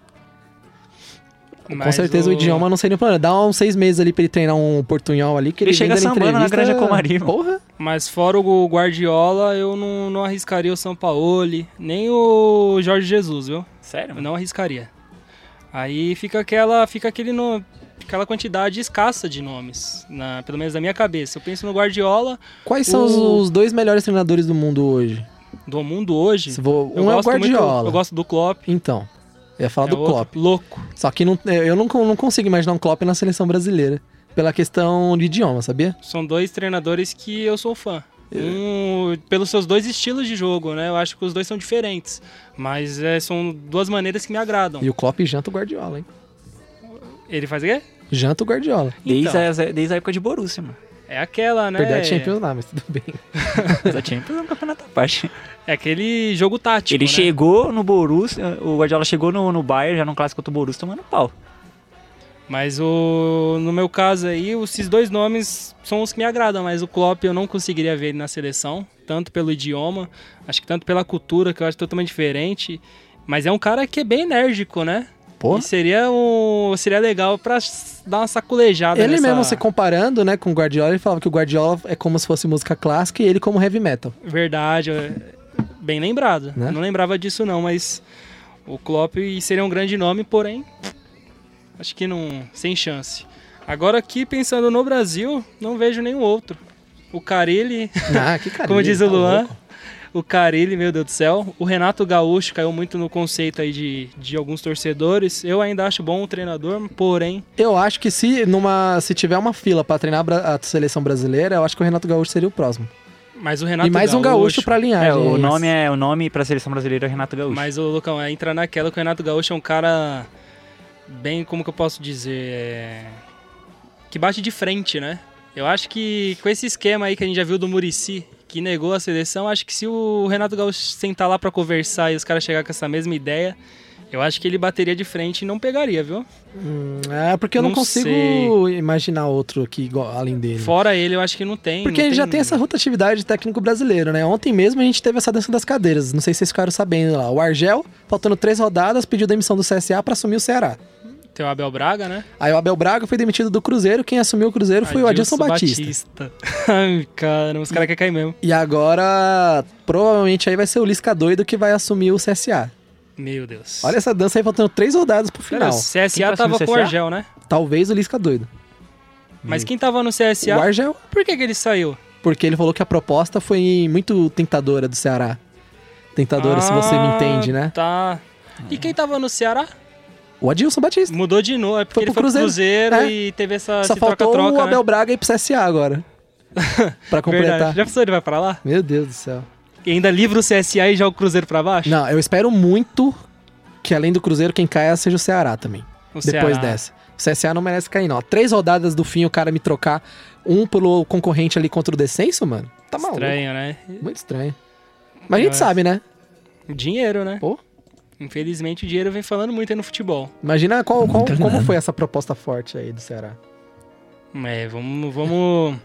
Speaker 4: Com certeza o... idioma não seria um problema. Dá uns seis meses ali pra ele treinar um portunhol ali, que ele,
Speaker 1: Ele
Speaker 4: vem
Speaker 1: chega
Speaker 4: dando
Speaker 1: sambando na
Speaker 4: entrevista,
Speaker 1: Granja Comari, mano.
Speaker 4: Porra.
Speaker 3: Mas fora o Guardiola, eu não, não arriscaria o Sampaoli, nem o Jorge Jesus, viu?
Speaker 1: Sério?
Speaker 3: Eu não arriscaria. Aí fica aquela, fica aquele no- aquela quantidade escassa de nomes, na- pelo menos na minha cabeça. Eu penso no Guardiola
Speaker 4: Quais são
Speaker 3: O-
Speaker 4: os, os dois melhores treinadores do mundo hoje?
Speaker 3: do mundo hoje.
Speaker 4: Se vou-
Speaker 3: eu
Speaker 4: um é o
Speaker 3: gosto
Speaker 4: Guardiola.
Speaker 3: Muito, eu gosto do Klopp.
Speaker 4: Então, eu ia falar
Speaker 3: é
Speaker 4: do
Speaker 3: outro
Speaker 4: Klopp.
Speaker 3: Louco.
Speaker 4: Só que não, é, eu não, con- não consigo imaginar um Klopp na seleção brasileira. Pela questão de idioma, sabia?
Speaker 3: São dois treinadores que eu sou fã.
Speaker 4: É.
Speaker 3: Um, pelos seus dois estilos de jogo, né? Eu acho que os dois são diferentes. Mas é, são duas maneiras que me agradam.
Speaker 4: E o Klopp janta o Guardiola, hein?
Speaker 3: Ele faz o quê?
Speaker 4: Janta o Guardiola.
Speaker 1: Desde,
Speaker 3: Então.
Speaker 1: a, desde a época de Borussia, mano.
Speaker 3: É aquela, né?
Speaker 4: Perdeu a Champions lá, mas tudo bem.
Speaker 1: Mas a Champions é um campeonato à
Speaker 3: <laughs>
Speaker 1: parte.
Speaker 3: É aquele jogo tático.
Speaker 1: ele
Speaker 3: né?
Speaker 1: chegou no Borussia, o Guardiola chegou no, no Bayern, já num clássico contra o Borussia, tomando pau.
Speaker 3: Mas o, no meu caso aí, esses dois nomes são os que me agradam, mas o Klopp eu não conseguiria ver ele na seleção, tanto pelo idioma, acho que tanto pela cultura, que eu acho totalmente diferente. Mas é um cara que é bem enérgico, né?
Speaker 4: Pô,
Speaker 3: E seria, um, seria legal pra s- dar uma sacolejada
Speaker 4: ele
Speaker 3: nessa...
Speaker 4: mesmo se comparando, né, com o Guardiola, ele falava que o Guardiola é como se fosse música clássica e ele como heavy metal.
Speaker 3: <laughs> Verdade, é- bem lembrado.
Speaker 4: Né?
Speaker 3: Não lembrava disso não, mas o Klopp seria um grande nome, porém acho que não, sem chance. Agora aqui pensando no Brasil, não vejo nenhum outro. O Carille,
Speaker 4: Ah, que carinho.
Speaker 3: <laughs> como diz o
Speaker 4: tá
Speaker 3: Luan,
Speaker 4: louco.
Speaker 3: o Carille, meu Deus do céu, o Renato Gaúcho caiu muito no conceito aí de, de alguns torcedores. Eu ainda acho bom o treinador, porém
Speaker 4: Eu acho que se numa se tiver uma fila pra treinar a Bra- a seleção brasileira, eu acho que o Renato Gaúcho seria o próximo.
Speaker 3: mas o Renato
Speaker 4: e mais um gaúcho pra linhagem.
Speaker 1: É, o
Speaker 4: aí.
Speaker 1: nome é o nome pra seleção brasileira é Renato Gaúcho.
Speaker 3: Mas o Lucão, é entrar naquela que o Renato Gaúcho é um cara bem, como que eu posso dizer, é, que bate de frente, né? Eu acho que com esse esquema aí que a gente já viu do Murici, que negou a seleção, acho que se o Renato Gaúcho sentar lá pra conversar e os caras chegar com essa mesma ideia, eu acho que ele bateria de frente e não pegaria, viu?
Speaker 4: Hum, É, porque eu não,
Speaker 3: Não
Speaker 4: consigo
Speaker 3: sei.
Speaker 4: imaginar outro aqui igual- além dele.
Speaker 3: Fora ele, eu acho que não tem.
Speaker 4: Porque
Speaker 3: não
Speaker 4: já tem essa rotatividade técnico brasileiro, né? Ontem mesmo a gente teve essa dança das cadeiras. Não sei se vocês ficaram sabendo lá. O Argel, faltando três rodadas, pediu demissão do CSA pra assumir o Ceará.
Speaker 3: Tem o Abel Braga, né?
Speaker 4: Aí o Abel Braga foi demitido do Cruzeiro. Quem assumiu o Cruzeiro foi o Adilson Batista.
Speaker 3: Batista. <laughs> Ai, cara, os caras querem cair mesmo.
Speaker 4: E agora, provavelmente aí vai ser o Lisca doido que vai assumir o CSA.
Speaker 3: Meu Deus.
Speaker 4: Olha essa dança aí faltando três rodadas pro
Speaker 3: Cara, o
Speaker 4: final.
Speaker 3: CSA
Speaker 1: Quem tá
Speaker 3: tava
Speaker 1: assumindo
Speaker 3: com o
Speaker 1: o CSA?
Speaker 3: Argel, né?
Speaker 4: Talvez o Lisca doido.
Speaker 3: Mas quem tava no
Speaker 4: O
Speaker 3: CSA,
Speaker 4: Argel,
Speaker 3: por que, que ele saiu?
Speaker 4: porque ele falou que a proposta foi muito tentadora do Ceará. Tentadora, se você me
Speaker 3: Ah,
Speaker 4: entende, né?
Speaker 3: Tá. E quem tava no Ceará?
Speaker 4: O Adilson Batista.
Speaker 3: Mudou de novo. É porque
Speaker 4: Foi
Speaker 3: ele
Speaker 4: pro
Speaker 3: foi pro
Speaker 4: Cruzeiro,
Speaker 3: Cruzeiro
Speaker 4: é.
Speaker 3: e teve essa
Speaker 4: Só
Speaker 3: esse
Speaker 4: faltou
Speaker 3: troca-troca.
Speaker 4: o Abel
Speaker 3: né?
Speaker 4: Braga ir pro CSA
Speaker 3: <laughs>
Speaker 4: agora. pra completar.
Speaker 3: Verdade. Já pensou ele vai pra lá?
Speaker 4: Meu Deus do céu.
Speaker 3: E ainda livra o CSA e joga o Cruzeiro pra baixo?
Speaker 4: Não, eu espero muito que além do Cruzeiro, quem caia seja o Ceará também.
Speaker 3: O
Speaker 4: depois
Speaker 3: Ceará.
Speaker 4: dessa. O CSA não merece cair, não. Três rodadas do fim, o cara me trocar um pelo concorrente ali contra o descenso, mano. Tá maluco.
Speaker 3: Estranho, né?
Speaker 4: Muito estranho. Mas a gente
Speaker 3: Nossa.
Speaker 4: sabe, né?
Speaker 3: Dinheiro, né?
Speaker 4: Pô.
Speaker 3: Infelizmente o dinheiro vem falando muito aí no futebol.
Speaker 4: Imagina qual, qual-
Speaker 1: tem
Speaker 4: como
Speaker 1: nada.
Speaker 4: foi essa proposta forte aí do Ceará.
Speaker 3: É, vamos, <laughs> vamos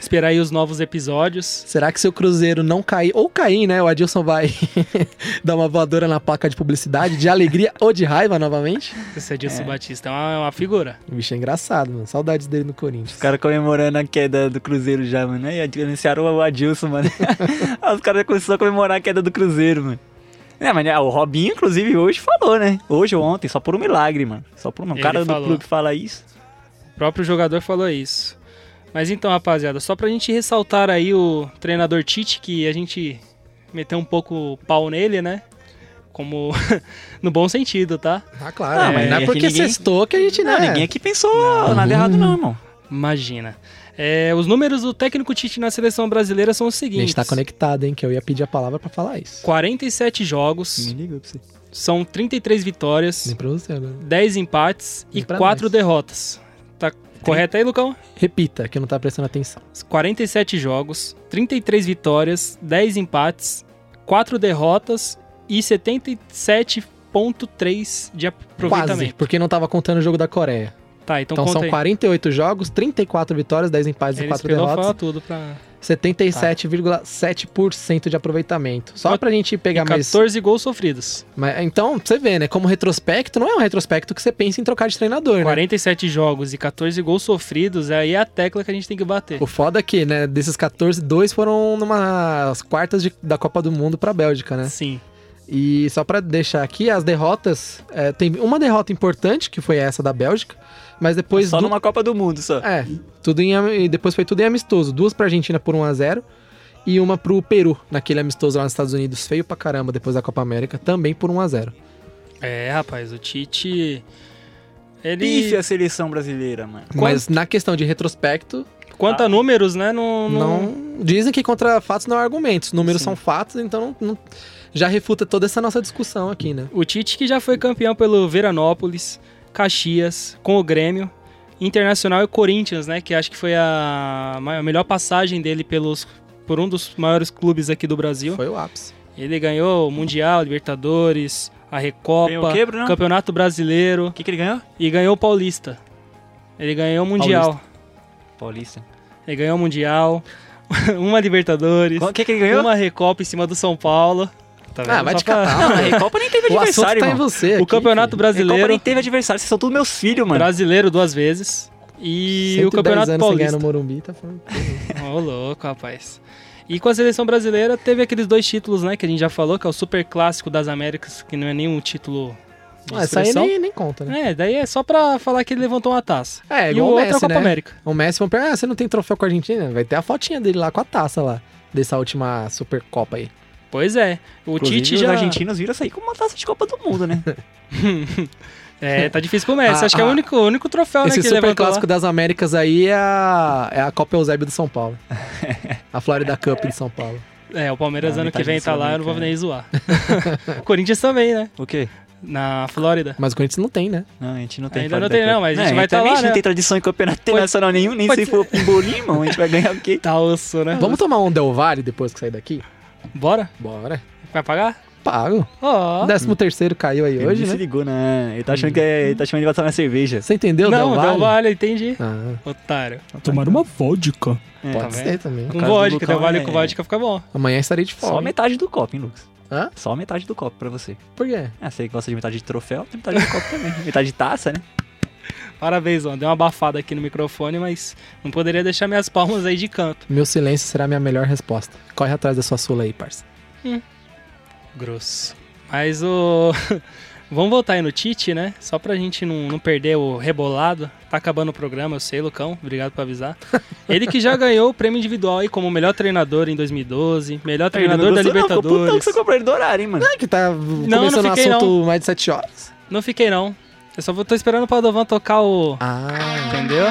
Speaker 3: Esperar aí os novos episódios.
Speaker 4: Será que se o Cruzeiro não cair, ou cair, né? O Adilson vai <laughs> dar uma voadora na placa de publicidade, de alegria ou de raiva novamente?
Speaker 3: Esse Edilson Batista é uma, uma figura.
Speaker 4: O bicho é engraçado, mano. Saudades dele no Corinthians.
Speaker 1: Os caras comemorando a queda do Cruzeiro já, mano. Aí ad- anunciaram o Adilson, <laughs> mano. Aí os caras começaram a comemorar a queda do Cruzeiro, mano. É, mas né, o Robinho, inclusive, hoje falou, né? Hoje ou ontem, só por um milagre, mano. Só por um
Speaker 3: Ele
Speaker 1: cara do
Speaker 3: falou.
Speaker 1: clube fala isso.
Speaker 3: O próprio jogador falou isso. Mas então, rapaziada, só pra gente ressaltar aí o treinador Tite, que a gente meteu um pouco o pau nele, né? Como. <laughs> no bom sentido, tá?
Speaker 4: Ah, claro.
Speaker 1: Ah,
Speaker 4: mas
Speaker 1: mas
Speaker 4: não é
Speaker 1: aqui
Speaker 4: porque
Speaker 1: ninguém-
Speaker 4: sextou que a gente, né?
Speaker 1: Não, ninguém aqui pensou nada errado, É. não, irmão.
Speaker 3: Imagina. É, os números do técnico Tite na seleção brasileira são os
Speaker 4: A gente
Speaker 3: seguintes:
Speaker 4: tá conectado, hein? Que eu ia pedir a palavra pra falar isso.
Speaker 3: 47 jogos,
Speaker 1: ligou pra você.
Speaker 3: são 33 vitórias,
Speaker 4: Nem pra você, né?
Speaker 3: 10 empates e
Speaker 4: Nem pra
Speaker 3: 4
Speaker 4: nós.
Speaker 3: derrotas. Tá correto aí, Lucão?
Speaker 4: Repita, que eu não tá prestando atenção.
Speaker 3: 47 jogos, 33 vitórias, 10 empates, 4 derrotas e 77.3 de
Speaker 4: Quase,
Speaker 3: aproveitamento.
Speaker 4: porque não tava contando o jogo da Coreia.
Speaker 3: Tá, então,
Speaker 4: Então,
Speaker 3: conta
Speaker 4: são
Speaker 3: aí. É
Speaker 4: 48 jogos, 34 vitórias, 10 empates e
Speaker 3: Eles
Speaker 4: 4
Speaker 3: pegou
Speaker 4: derrotas.
Speaker 3: fala tudo pra...
Speaker 4: 77,7% de aproveitamento. Só
Speaker 3: Quat-
Speaker 4: pra gente pegar
Speaker 3: e
Speaker 4: mais.
Speaker 3: 14 gols sofridos.
Speaker 4: Mas, então, pra você vê, né? Como retrospecto, não é um retrospecto que você pensa em trocar de treinador, né?
Speaker 3: 47 jogos e 14 gols sofridos, aí é a tecla que a gente tem que bater.
Speaker 4: O foda é que, né, desses 14, dois foram numas quartas de- da Copa do Mundo pra Bélgica, né?
Speaker 3: Sim.
Speaker 4: E só pra deixar aqui, as derrotas. é, tem uma derrota importante, que foi essa da Bélgica, mas depois.
Speaker 1: Só
Speaker 4: du-
Speaker 1: numa Copa do Mundo, só.
Speaker 4: É, tudo em, am- e depois foi tudo em amistoso. Duas pra Argentina por 1x0 e uma pro Peru, naquele amistoso lá nos Estados Unidos, feio pra caramba, depois da Copa América, também por 1x0.
Speaker 3: É, rapaz, o Tite... Ele...
Speaker 1: Pife a seleção brasileira, mano.
Speaker 4: Mas na questão de retrospecto,
Speaker 3: Quanto a números, né? Não... não...
Speaker 4: não. Dizem que contra fatos não há argumentos. Números
Speaker 3: Sim.
Speaker 4: são fatos, então não- não- já refuta toda essa nossa discussão aqui, né?
Speaker 3: O Tite que já foi campeão pelo Veranópolis, Caxias, com o Grêmio, Internacional e Corinthians, né? Que acho que foi a, ma- a melhor passagem dele pelos, por um dos maiores clubes aqui do Brasil.
Speaker 4: Foi o ápice.
Speaker 3: Ele ganhou o Mundial, Libertadores, a Recopa,
Speaker 1: Ganhou o quê, Bruno?
Speaker 3: Campeonato Brasileiro
Speaker 1: O que, que ele ganhou?
Speaker 3: e ganhou o Paulista. Ele ganhou o Mundial.
Speaker 1: Paulista.
Speaker 3: Ele ganhou o Mundial, <laughs> uma Libertadores,
Speaker 1: O que, que ele ganhou?
Speaker 3: uma Recopa em cima do São Paulo. Tá
Speaker 4: Ah, vai
Speaker 3: Só
Speaker 4: te
Speaker 3: pra- <laughs> é
Speaker 4: catar.
Speaker 1: Não, a Recopa é nem teve
Speaker 4: O assunto tá
Speaker 1: adversário,
Speaker 4: em
Speaker 1: irmão.
Speaker 4: você.
Speaker 3: O
Speaker 4: aqui,
Speaker 3: Campeonato
Speaker 1: A Recopa
Speaker 3: Brasileiro.
Speaker 1: nem teve adversário, vocês são todos meus filhos, mano.
Speaker 3: Brasileiro duas vezes. E o
Speaker 4: 110
Speaker 3: Campeonato
Speaker 4: anos sem ganhar
Speaker 3: Paulista.
Speaker 4: no Morumbi, tá falando.
Speaker 3: Ô, louco, rapaz. E com a seleção brasileira teve aqueles dois títulos, né? Que a gente já falou, que é o Super Clássico das Américas, que não é nenhum título de
Speaker 4: Ah, isso aí
Speaker 3: seleção.
Speaker 4: nem, nem conta, né?
Speaker 3: É, daí é só pra falar que ele levantou uma taça.
Speaker 4: É,
Speaker 3: e o
Speaker 4: igual o
Speaker 3: outro é a
Speaker 4: Messi,
Speaker 3: Copa
Speaker 4: né?
Speaker 3: América.
Speaker 4: O Messi vão perguntar, ah, você não tem troféu com a Argentina? Vai ter a fotinha dele lá com a taça lá, dessa última Supercopa aí.
Speaker 3: Pois é. O
Speaker 1: Inclusive,
Speaker 3: Tite
Speaker 1: os
Speaker 3: já.
Speaker 1: argentinos viram sair com uma taça de Copa do Mundo, né?
Speaker 3: É, tá difícil pro Messi.
Speaker 4: <laughs> Ah,
Speaker 3: Acho que é o
Speaker 4: ah.
Speaker 3: único, o único troféu né,
Speaker 4: Esse
Speaker 3: que ele
Speaker 4: Super
Speaker 3: levantou. lá.
Speaker 4: Clássico das Américas aí é a, é a Copa Eusébio do
Speaker 3: <laughs>
Speaker 4: São Paulo. a Florida Cup de São Paulo.
Speaker 3: É, o Palmeiras
Speaker 1: Ah,
Speaker 3: ano que
Speaker 1: metade
Speaker 3: vem
Speaker 1: do
Speaker 3: tá lá, eu não vou
Speaker 4: né?
Speaker 3: nem zoar. <laughs> O Corinthians também, né?
Speaker 1: O quê?
Speaker 3: Na Flórida.
Speaker 4: Mas o Corinthians não tem, né?
Speaker 1: Não, a gente não tem.
Speaker 3: Ainda
Speaker 1: fora
Speaker 3: não tem,
Speaker 1: daqui.
Speaker 3: não, mas a gente vai tá
Speaker 1: também
Speaker 3: lá,
Speaker 1: A gente
Speaker 3: né?
Speaker 1: não tem tradição em campeonato internacional nenhum, nem
Speaker 3: pode
Speaker 1: se for pimbolim, irmão. A gente vai ganhar o
Speaker 3: <laughs>
Speaker 1: quê?
Speaker 3: Tá osso, né?
Speaker 4: <laughs> Vamos tomar um Del Valle depois que sair daqui?
Speaker 3: Bora?
Speaker 4: Bora. Ah.
Speaker 3: Vai pagar?
Speaker 4: Pago.
Speaker 3: Ó.
Speaker 4: Décimo terceiro caiu aí
Speaker 1: Ele
Speaker 4: hoje,
Speaker 1: nem se
Speaker 4: né?
Speaker 1: ligou, né? Ele tá
Speaker 3: Uhum.
Speaker 1: achando que é, ele tá chamando de batalha na cerveja.
Speaker 4: Você entendeu,
Speaker 3: não,
Speaker 4: Del Valle?
Speaker 3: Del Valle, entendi.
Speaker 4: Ah,
Speaker 3: Otário.
Speaker 5: Tomar uma vodka.
Speaker 1: É,
Speaker 4: pode
Speaker 3: tá
Speaker 4: ser também.
Speaker 3: Com
Speaker 1: casa do
Speaker 3: vodka,
Speaker 1: Lucão
Speaker 3: Del Valle
Speaker 1: é-
Speaker 3: com vodka fica bom.
Speaker 4: Amanhã estarei de
Speaker 1: Só
Speaker 4: fome.
Speaker 1: metade do copo, hein, Lucas?
Speaker 4: Hã?
Speaker 1: Só metade do copo pra você.
Speaker 4: Por quê?
Speaker 1: Ah, você que gosta de metade de troféu, tem metade do copo também. Metade de taça, né?
Speaker 3: Parabéns, mano. Deu uma abafada aqui no microfone, mas não poderia deixar minhas palmas aí de canto.
Speaker 4: Meu silêncio será minha melhor resposta. Corre atrás da sua sula aí, parça.
Speaker 3: Grosso. Mas o. <laughs> Vamos voltar aí no Tite, né? Só pra gente não, não perder o rebolado. Tá acabando o programa, eu sei, Lucão. Obrigado por avisar. Ele que
Speaker 1: <laughs>
Speaker 3: já ganhou o prêmio individual aí como melhor treinador em 2012, melhor treinador da
Speaker 1: Ele não gostou, Não, ficou putão que
Speaker 3: Libertadores.
Speaker 1: você comprou ele do horário, hein, mano.
Speaker 4: É que tá
Speaker 3: não
Speaker 4: começando o
Speaker 3: fiquei,
Speaker 4: assunto mais de 7 horas.
Speaker 3: Não fiquei, não. Eu só vou- tô esperando o Padovan tocar o.
Speaker 4: Ah.
Speaker 3: Entendeu?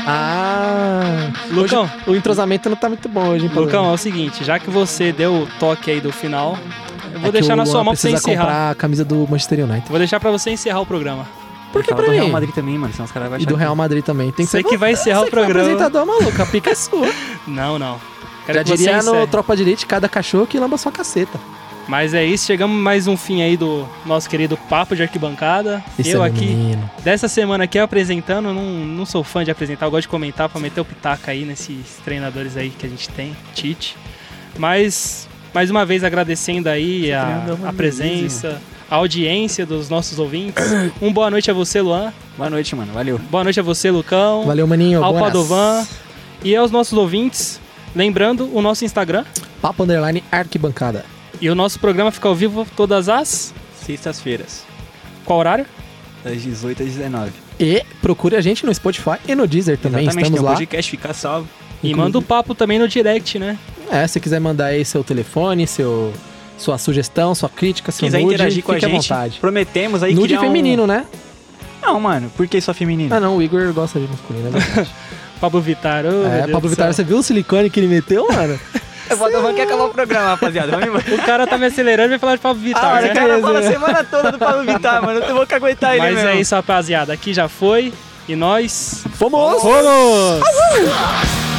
Speaker 4: Ah.
Speaker 3: Lucão.
Speaker 4: Hoje o entrosamento não tá muito bom hoje, hein, Paulo?
Speaker 3: Lucão, é o seguinte, já que você deu o toque aí do final, eu
Speaker 4: É
Speaker 3: vou
Speaker 4: que
Speaker 3: deixar
Speaker 4: o
Speaker 3: na sua
Speaker 4: Luan
Speaker 3: mão pra você
Speaker 4: precisa
Speaker 3: encerrar.
Speaker 4: comprar a camisa do Manchester United.
Speaker 3: Vou deixar pra você encerrar o programa.
Speaker 4: Por que
Speaker 1: Fala
Speaker 4: pra
Speaker 1: do Real
Speaker 4: mim?
Speaker 1: Madrid também, mano, senão os caras vão achar.
Speaker 4: E do Real Madrid também. Tem que
Speaker 3: Você
Speaker 4: ser
Speaker 3: que vai encerrar o
Speaker 4: Você que foi
Speaker 3: programa.
Speaker 4: apresentador maluco, a pica é sua.
Speaker 3: Não, não. Quero
Speaker 4: Já
Speaker 3: que você
Speaker 4: diria no
Speaker 3: encerre.
Speaker 4: Tropa de Elite, cada cachorro que lamba sua caceta.
Speaker 3: Mas é isso, chegamos mais um fim aí do nosso querido Papo de Arquibancada. eu
Speaker 4: é
Speaker 3: aqui,
Speaker 4: menino.
Speaker 3: dessa semana aqui apresentando, eu não, não sou fã de apresentar, eu gosto de comentar pra meter o pitaco aí nesses treinadores aí que a gente tem, Tite. Mas, mais uma vez, agradecendo aí a,
Speaker 1: treinador é uma
Speaker 3: a presença, a audiência dos nossos ouvintes. Um boa noite a você, Luan.
Speaker 1: Boa noite, mano. Valeu.
Speaker 3: Boa noite a você, Lucão.
Speaker 4: Valeu, maninho.
Speaker 3: Ao
Speaker 4: boas.
Speaker 3: Padovan. E aos nossos ouvintes, lembrando o nosso Instagram
Speaker 4: Papo Underline Arquibancada.
Speaker 3: e o nosso programa fica ao vivo todas as...
Speaker 1: Sextas-feiras,
Speaker 3: Qual horário?
Speaker 1: das 18 às 19.
Speaker 4: E procure a gente no Spotify e no Deezer também.
Speaker 1: Exatamente, tem um
Speaker 4: Estamos
Speaker 1: o
Speaker 4: lá.
Speaker 1: podcast ficar salvo.
Speaker 3: E manda o papo também no direct, né?
Speaker 4: É, se quiser mandar aí seu telefone, seu, sua sugestão, sua crítica,
Speaker 1: Se
Speaker 4: seu
Speaker 1: quiser
Speaker 4: nude,
Speaker 1: interagir com a
Speaker 4: fique
Speaker 1: gente,
Speaker 4: à vontade.
Speaker 1: prometemos aí
Speaker 4: Nude
Speaker 1: criar um-
Speaker 4: feminino, né?
Speaker 1: Não, mano, por que só feminino?
Speaker 4: Ah, não, o Igor gosta de masculino, né?
Speaker 3: Pablo Vittar. ô, meu
Speaker 4: é,
Speaker 3: Deus
Speaker 4: Pablo
Speaker 3: do
Speaker 4: Vittar,
Speaker 3: céu.
Speaker 4: você viu o silicone que ele meteu, mano?
Speaker 1: Eu vou dar que acabar o programa, rapaziada. Vamos
Speaker 4: <laughs>
Speaker 1: embora.
Speaker 3: O cara tá me acelerando e vai falar de Pablo
Speaker 1: Ah,
Speaker 3: Vittar,
Speaker 1: mano, o
Speaker 3: né?
Speaker 1: cara fala a semana toda do Pablo Vittar, mano. Eu vou que aguentar ele
Speaker 3: Mas
Speaker 1: mesmo.
Speaker 3: é isso, rapaziada. Aqui já foi. E nós.
Speaker 4: Fomos!
Speaker 3: Vamos!